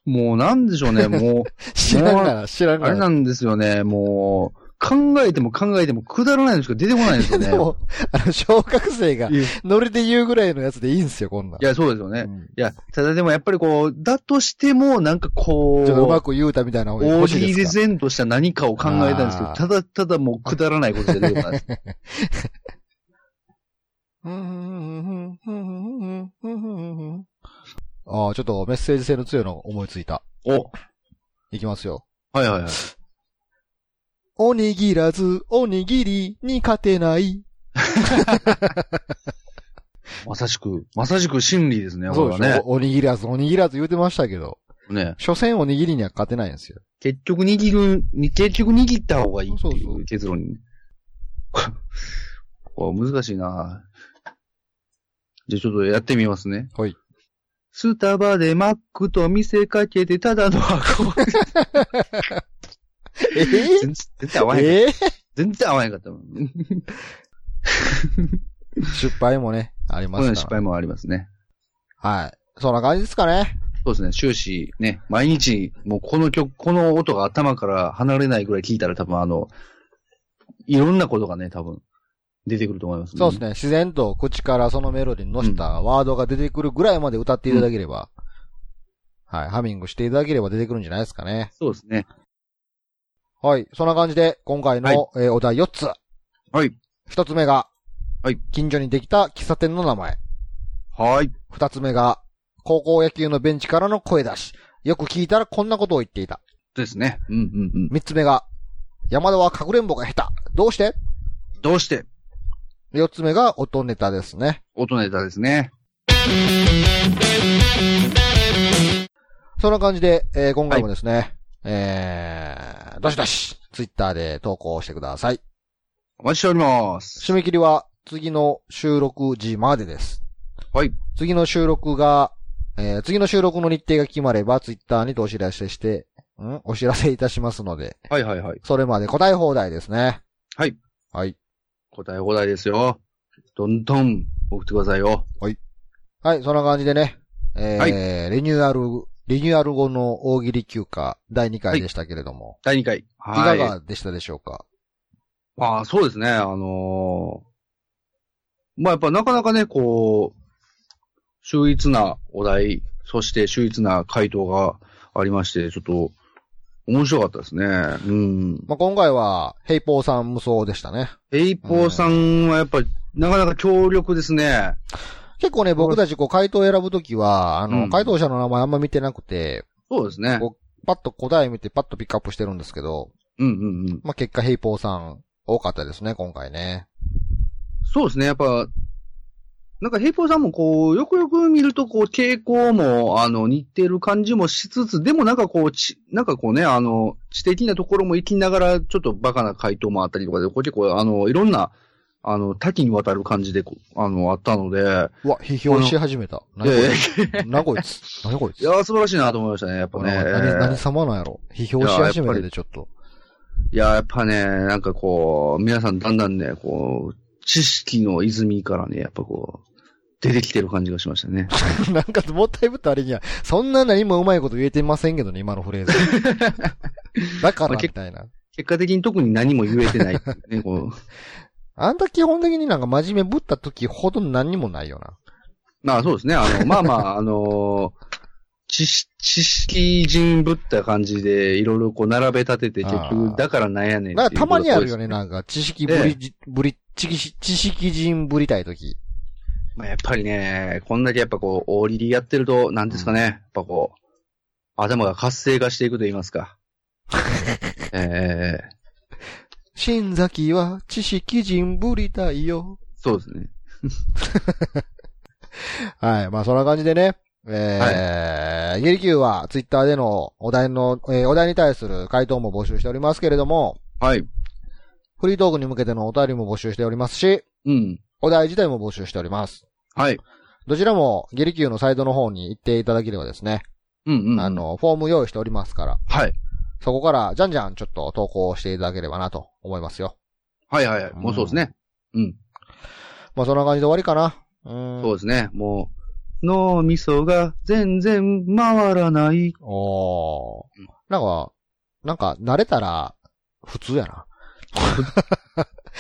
[SPEAKER 2] もうなんでしょう ね、も
[SPEAKER 1] 知らんから、知らん
[SPEAKER 2] う、
[SPEAKER 1] か
[SPEAKER 2] あれ
[SPEAKER 1] ら。
[SPEAKER 2] なんですよね、もう、考えても考えてもくだらないのしか出てこないん ですよね。
[SPEAKER 1] でも、あの、小学生が
[SPEAKER 2] いやい
[SPEAKER 1] ノリで言うぐらいのやつでいいんですよ、こんなん。
[SPEAKER 2] や、そうですよ
[SPEAKER 1] う
[SPEAKER 2] ね。
[SPEAKER 1] ん
[SPEAKER 2] いや、ただでもやっぱりこう、だとしても、なんかこ
[SPEAKER 1] ち
[SPEAKER 2] う、
[SPEAKER 1] ょっとうまく言うたみたいな方が
[SPEAKER 2] オ
[SPEAKER 1] 欲
[SPEAKER 2] ー
[SPEAKER 1] し
[SPEAKER 2] リ
[SPEAKER 1] い
[SPEAKER 2] ーレ
[SPEAKER 1] ですか
[SPEAKER 2] ゼンとした何かを考えたんですけ
[SPEAKER 1] あー
[SPEAKER 2] ど、ただただもうくだらないことで出てこない です。
[SPEAKER 1] ああ、ちょっとメッセージ性の強いの思いついた。
[SPEAKER 2] お、
[SPEAKER 1] いきますよ。
[SPEAKER 2] はいはいはい。
[SPEAKER 1] おにぎらず、おにぎりに勝てない。
[SPEAKER 2] まさしく、まさしく真理ですね、
[SPEAKER 1] そう
[SPEAKER 2] こ
[SPEAKER 1] で
[SPEAKER 2] れ
[SPEAKER 1] し
[SPEAKER 2] は
[SPEAKER 1] ょ。おにぎらず、おにぎらず言うてましたけど。
[SPEAKER 2] ね。ね。
[SPEAKER 1] 所詮おにぎりには勝てないんですよ。
[SPEAKER 2] 結局握る、に結局握った方がいいって
[SPEAKER 1] そう
[SPEAKER 2] い
[SPEAKER 1] そうう
[SPEAKER 2] 結論 に。これ難しいなじゃあちょっとやってみますね。
[SPEAKER 1] はい。
[SPEAKER 2] スタバでマックと見せかけてただの箱。
[SPEAKER 1] えー
[SPEAKER 2] 全然合わへんかった。
[SPEAKER 1] え
[SPEAKER 2] 全然合わへんかった。
[SPEAKER 1] ー失敗もね、ありま
[SPEAKER 2] この
[SPEAKER 1] す
[SPEAKER 2] 失
[SPEAKER 1] から。
[SPEAKER 2] 敗もありますね。
[SPEAKER 1] はい。そんな感じですかね。
[SPEAKER 2] そうですね、終始ね、毎日、もうこの曲、この音が頭から離れないぐらい聞いたら多分あの、いろんなことがね、多分、出てくると思いますね。
[SPEAKER 1] そうですね。自然と口からそのメロディーに乗せたワードが出てくるぐらいまで歌っていただければ、はい。ハミングしていただければ出てくるんじゃないですかね。
[SPEAKER 2] そうですね。
[SPEAKER 1] はい。そんな感じで、今回の、
[SPEAKER 2] はい
[SPEAKER 1] えーお題4つ。
[SPEAKER 2] はい。
[SPEAKER 1] 1つ目が、
[SPEAKER 2] はい
[SPEAKER 1] 近所にできた喫茶店の名前。
[SPEAKER 2] はい。
[SPEAKER 1] 2つ目が、高校野球のベンチからの声出し。よく聞いたらこんなことを言っていた。
[SPEAKER 2] ですね。うんうんうん。
[SPEAKER 1] 3つ目が、山田はかくれんぼが下手。どうして
[SPEAKER 2] どうして
[SPEAKER 1] 4つ目が音ネタですね。
[SPEAKER 2] 音ネタですね。
[SPEAKER 1] そんな感じで、えー今回もですね、えー、どしどし、ツイッターで投稿してください。
[SPEAKER 2] お待ちしております。
[SPEAKER 1] 締め切りは次の収録時までです。
[SPEAKER 2] はい。
[SPEAKER 1] 次の収録が、えー、次の収録の日程が決まれば、ツイッターにてお知らせして、んお知らせいたしますので、
[SPEAKER 2] はいはいはい。
[SPEAKER 1] それまで答え放題ですね。
[SPEAKER 2] はい。
[SPEAKER 1] はい。
[SPEAKER 2] 答え放題ですよ。どんどん送ってくださいよ。
[SPEAKER 1] はい、そんな感じでね、えー
[SPEAKER 2] はい
[SPEAKER 1] リニューアル、リニューアル後の大喜利休暇第2回でしたけれども、
[SPEAKER 2] 第2回。
[SPEAKER 1] い、
[SPEAKER 2] はい。
[SPEAKER 1] かがでしたでしょうか
[SPEAKER 2] まあそうですね。あのーまあやっぱなかなかね、こう、秀逸なお題、そして秀逸な回答がありまして、ちょっと、面白かったですね。うん。
[SPEAKER 1] まあ、今回は、ヘイポーさん無双でしたね。
[SPEAKER 2] ヘイポーさんはやっぱ、なかなか強力ですね。
[SPEAKER 1] 結構ね、僕たちこう回答を選ぶときは、あの、
[SPEAKER 2] うん
[SPEAKER 1] 回答者の名前あんま見てなくて、
[SPEAKER 2] そうですね。
[SPEAKER 1] パッと答え見てパッとピックアップしてるんですけど、
[SPEAKER 2] うんうんうん。
[SPEAKER 1] まあ、結果ヘイポーさん多かったですね、今回ね。
[SPEAKER 2] そうですね、やっぱ、なんか、平イポーさんもこう、よくよく見ると、こう、傾向も、あの、似てる感じもしつつ、でもなんかこう、ち、なんかこうね、あの、知的なところも行きながら、ちょっとバカな回答もあったりとかで、こう結構、あの、いろんな、あの、多岐にわたる感じでこう、あの、あったので、
[SPEAKER 1] うわ、批評し始めた。ないに
[SPEAKER 2] やいやい
[SPEAKER 1] こいつ。なこいつ。なにこいつ。
[SPEAKER 2] やいや、素晴らしいなと思いましたね、やっぱ
[SPEAKER 1] こ
[SPEAKER 2] ね。
[SPEAKER 1] れは何、何様なんやろ批評し始めてでちょっと。
[SPEAKER 2] いや、やっぱね、なんかこう、皆さんだんだんね、こう、知識の泉からね、やっぱこう、出てきてる感じがしましたね。
[SPEAKER 1] なんかもったいぶってあれには、そんな何もうまいこと言えてませんけどね、今のフレーズ。 だから、みたいな。
[SPEAKER 2] 結果的に特に何も言えてないっていうね、こう。
[SPEAKER 1] あんた基本的になんか真面目ぶった時ほど何にもないよな。
[SPEAKER 2] まあそうですね。あの、まあまあ、あの知識、知識人ぶった感じで、いろいろこう並べ立てて、結
[SPEAKER 1] あー
[SPEAKER 2] 局、だからなんやねん
[SPEAKER 1] なんかたまにあるよね、
[SPEAKER 2] な。
[SPEAKER 1] なんか、知識ぶりじ、ぶり、知識、知識人ぶりたいとき。
[SPEAKER 2] まあやっぱりね、こんだけやっぱこう、大リリやってると、なんですかね、やっぱこう、頭が活性化していくと言いま すか。ええ
[SPEAKER 1] 新崎は知識人ぶりたいよ。
[SPEAKER 2] そうですね。
[SPEAKER 1] はい。まあ、そんな感じでね。えー、ゲリキューはツイッターでのお題の、えーお題に対する回答も募集しておりますけれども、
[SPEAKER 2] はい。
[SPEAKER 1] フリートークに向けてのお便りも募集しておりますし、
[SPEAKER 2] うん。
[SPEAKER 1] お題自体も募集しております。
[SPEAKER 2] はい。
[SPEAKER 1] どちらもゲリキューのサイトの方に行っていただければですね、
[SPEAKER 2] うんうん。
[SPEAKER 1] あ、の、フォーム用意しておりますから、
[SPEAKER 2] はい。
[SPEAKER 1] そこからじゃんじゃんちょっと投稿していただければなと思いますよ。
[SPEAKER 2] はいはいはい。もうそうですね。うん。
[SPEAKER 1] まあそんな感じで終わりかな。うん。
[SPEAKER 2] そうですね。もう、脳みそが全然回らない。
[SPEAKER 1] おー。なんか、なんか慣れたら普通やな。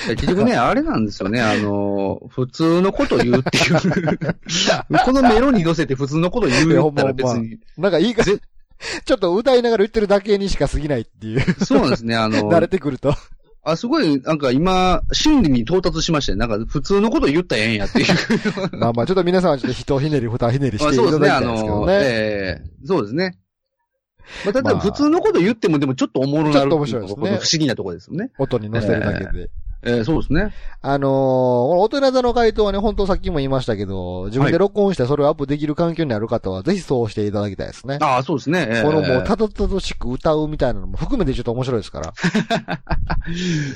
[SPEAKER 2] 結局ね、あれなんですよね。あの、普通のこと言うっ ていう。このメロに乗せて普通のこと言うったら別に。
[SPEAKER 1] なんかいいか、 ち
[SPEAKER 2] ぜ
[SPEAKER 1] ょっと歌いながら言ってるだけにしか過ぎないっていう。
[SPEAKER 2] そうなんですね。あの、
[SPEAKER 1] 慣れてくると。
[SPEAKER 2] あ、すごい、なんか今、真理に到達しまして、なんか普通のこと言ったらええんやって いう。
[SPEAKER 1] まあまあ、ちょっと皆さんはちょっと人ひねり、二ひねりし
[SPEAKER 2] まあ
[SPEAKER 1] てい
[SPEAKER 2] そうで
[SPEAKER 1] ただ
[SPEAKER 2] すね、あ
[SPEAKER 1] きたいですけど
[SPEAKER 2] の、
[SPEAKER 1] ね。
[SPEAKER 2] ええそうですね。まあ、ただ
[SPEAKER 1] まあ
[SPEAKER 2] 普通のこと言っても、でもちょっとおもろなる
[SPEAKER 1] ちょっと面白いですね
[SPEAKER 2] この不思議なところですよね。
[SPEAKER 1] 音に乗せるだけで。
[SPEAKER 2] ええそうですね。
[SPEAKER 1] あのー、この大人座の回答はね、本当さっきも言いましたけど、自分で録音してそれをアップできる環境にある方は、ぜひそうしていただきたいですね。
[SPEAKER 2] ああ、そうですね。ええ
[SPEAKER 1] このもう、たどたどしく歌うみたいなのも含めてちょっと面白いですから。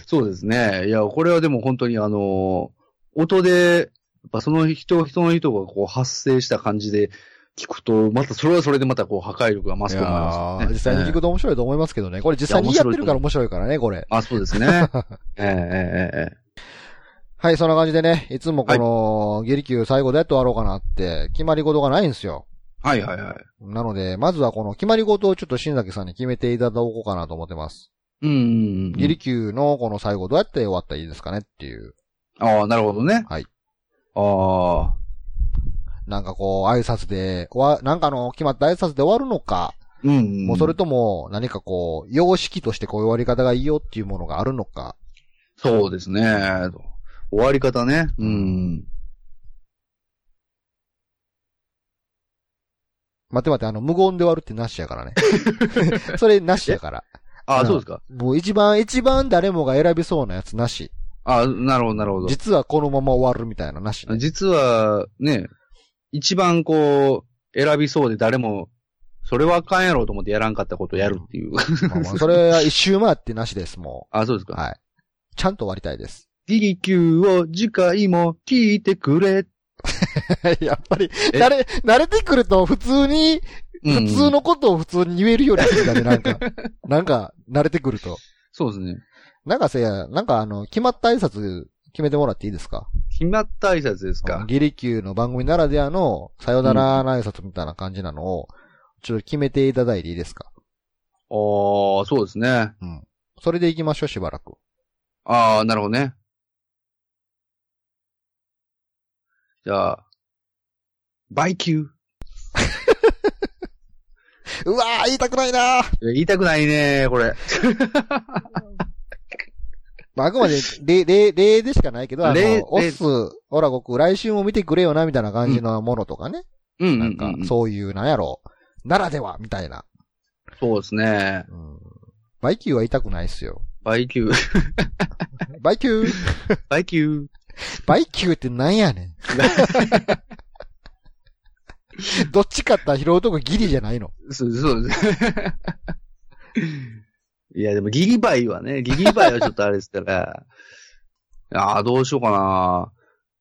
[SPEAKER 2] そうですね。いや、これはでも本当にあの、音で、やっぱその人、人の人がこう発生した感じで聞くと、またそれはそれでまたこう破壊力が増すと思います、
[SPEAKER 1] いやー実際に聞くと面白いと思いますけどね。これ実際にやってるから面白いからね、これ。
[SPEAKER 2] あ、そうで すね。ええええええ
[SPEAKER 1] はい、そんな感じでね、いつもこの、ゲリキュー最後でやって終わろうかなって、決まり事がないんですよ。
[SPEAKER 2] はいはいはい。
[SPEAKER 1] なので、まずはこの決まり事をちょっと新崎さんに決めていただおうかなと思ってます。
[SPEAKER 2] うんうんうん。
[SPEAKER 1] ゲリキューのこの最後どうやって終わったらいいですかねっていう。
[SPEAKER 2] ああ、なるほどね。
[SPEAKER 1] はい。
[SPEAKER 2] ああ。
[SPEAKER 1] なんかこう、挨拶で、わ、なんかの決まった挨拶で終わるのか、
[SPEAKER 2] うんうん。
[SPEAKER 1] もうそれとも何かこう、様式としてこういう終わり方がいいよっていうものがあるのか。
[SPEAKER 2] そうですね。終わり方ね。うん。
[SPEAKER 1] 待って待って、あの、無言で終わるってなしやから ね。それなしやから。
[SPEAKER 2] あ
[SPEAKER 1] う
[SPEAKER 2] あ、
[SPEAKER 1] ん
[SPEAKER 2] そうですか。
[SPEAKER 1] もう一番、一番誰もが選びそうなやつなし。
[SPEAKER 2] ああ、なるほど、なるほど。
[SPEAKER 1] 実はこのまま終わるみたいなな しね、
[SPEAKER 2] 実は、ね、一番こう、選びそうで誰も、それはあかんやろうと思ってやらんかったことをやるっ ていう。
[SPEAKER 1] まあまあそれは一周回ってなしです、も
[SPEAKER 2] ああ、そうです
[SPEAKER 1] う。
[SPEAKER 2] か。
[SPEAKER 1] はい。ちゃんと終わりたいです。
[SPEAKER 2] DQ を次回も聞いてくれ。
[SPEAKER 1] やっぱり、
[SPEAKER 2] え
[SPEAKER 1] 慣れ、慣れてくると普通に、
[SPEAKER 2] うん
[SPEAKER 1] 普通。のことを普通に言えるようになってきたね、なんか。 なんか、慣れてくると。
[SPEAKER 2] そうですね。
[SPEAKER 1] なんかせや、なんかあの、決まった挨拶決めてもらっていいですか
[SPEAKER 2] 決まった挨拶ですか。
[SPEAKER 1] ギリキューの番組ならではの、さよならの挨拶みたいな感じなのを、ちょっと決めていただいていいですか
[SPEAKER 2] ああ、そうですね。
[SPEAKER 1] それで行きましょう、しばらく。
[SPEAKER 2] ああ、なるほどね。じゃあ、バイキュー。
[SPEAKER 1] うわー、言いたくないなー
[SPEAKER 2] いや言いたくないね、これ。
[SPEAKER 1] まあ、あくまで、例、例、例でしかないけど、あ
[SPEAKER 2] 例例
[SPEAKER 1] の、オス、オラゴク、来週も見てくれよな、みたいな感じのものとかね。
[SPEAKER 2] うんうん、
[SPEAKER 1] な
[SPEAKER 2] うんん。
[SPEAKER 1] か、そういう、なんやろう。ならでは、みたいな。
[SPEAKER 2] そうですね。
[SPEAKER 1] うん。バイキューは痛くないっすよ。
[SPEAKER 2] バイキュー。
[SPEAKER 1] バイキュー、
[SPEAKER 2] バイキュー。
[SPEAKER 1] バイキューってなんや ねん。どっちかって言ったら拾うとこギリじゃないの。
[SPEAKER 2] そうそうです。 いや、でもギリバイはね、ギリバイはちょっとあれですから。 ああ、どうしようかな。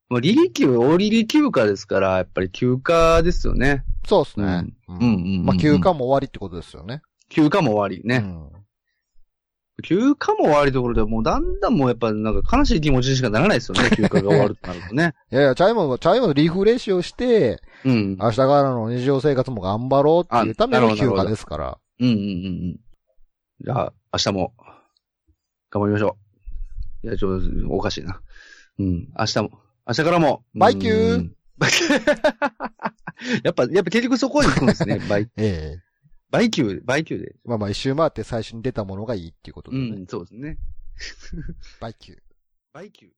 [SPEAKER 2] まあ、リリ級、オリリ休暇ですから、やっぱり休暇ですよね。
[SPEAKER 1] そうっすね。
[SPEAKER 2] うんうんうんうん
[SPEAKER 1] まあ、休暇も終わりってことですよね。
[SPEAKER 2] 休暇も終わりね。
[SPEAKER 1] うん。
[SPEAKER 2] 休暇も終わりところで、もうだんだんもうやっぱなんか悲しい気持ちにしかならないですよね、休暇が終わるとなる とね。
[SPEAKER 1] いやいや、チャイム、チャイムのリフレッシュをして、
[SPEAKER 2] うん。
[SPEAKER 1] 明日からの日常生活も頑張ろうっていうための休暇ですから。
[SPEAKER 2] うんうんうんうん。じゃあ、明日も、頑張りましょう。いや、ちょっと、おかしいな。うん、明日も、明日からも。
[SPEAKER 1] バイキュー
[SPEAKER 2] うん バイキューやっぱ、やっぱ結局そこに行くんですね。バイ、
[SPEAKER 1] ええ
[SPEAKER 2] バイキュー、バイキューで。
[SPEAKER 1] まあまあ一周回って最初に出たものがいいっていうこと
[SPEAKER 2] う
[SPEAKER 1] でね。
[SPEAKER 2] ん、そうですね。
[SPEAKER 1] バイキュー。
[SPEAKER 2] バイキュー。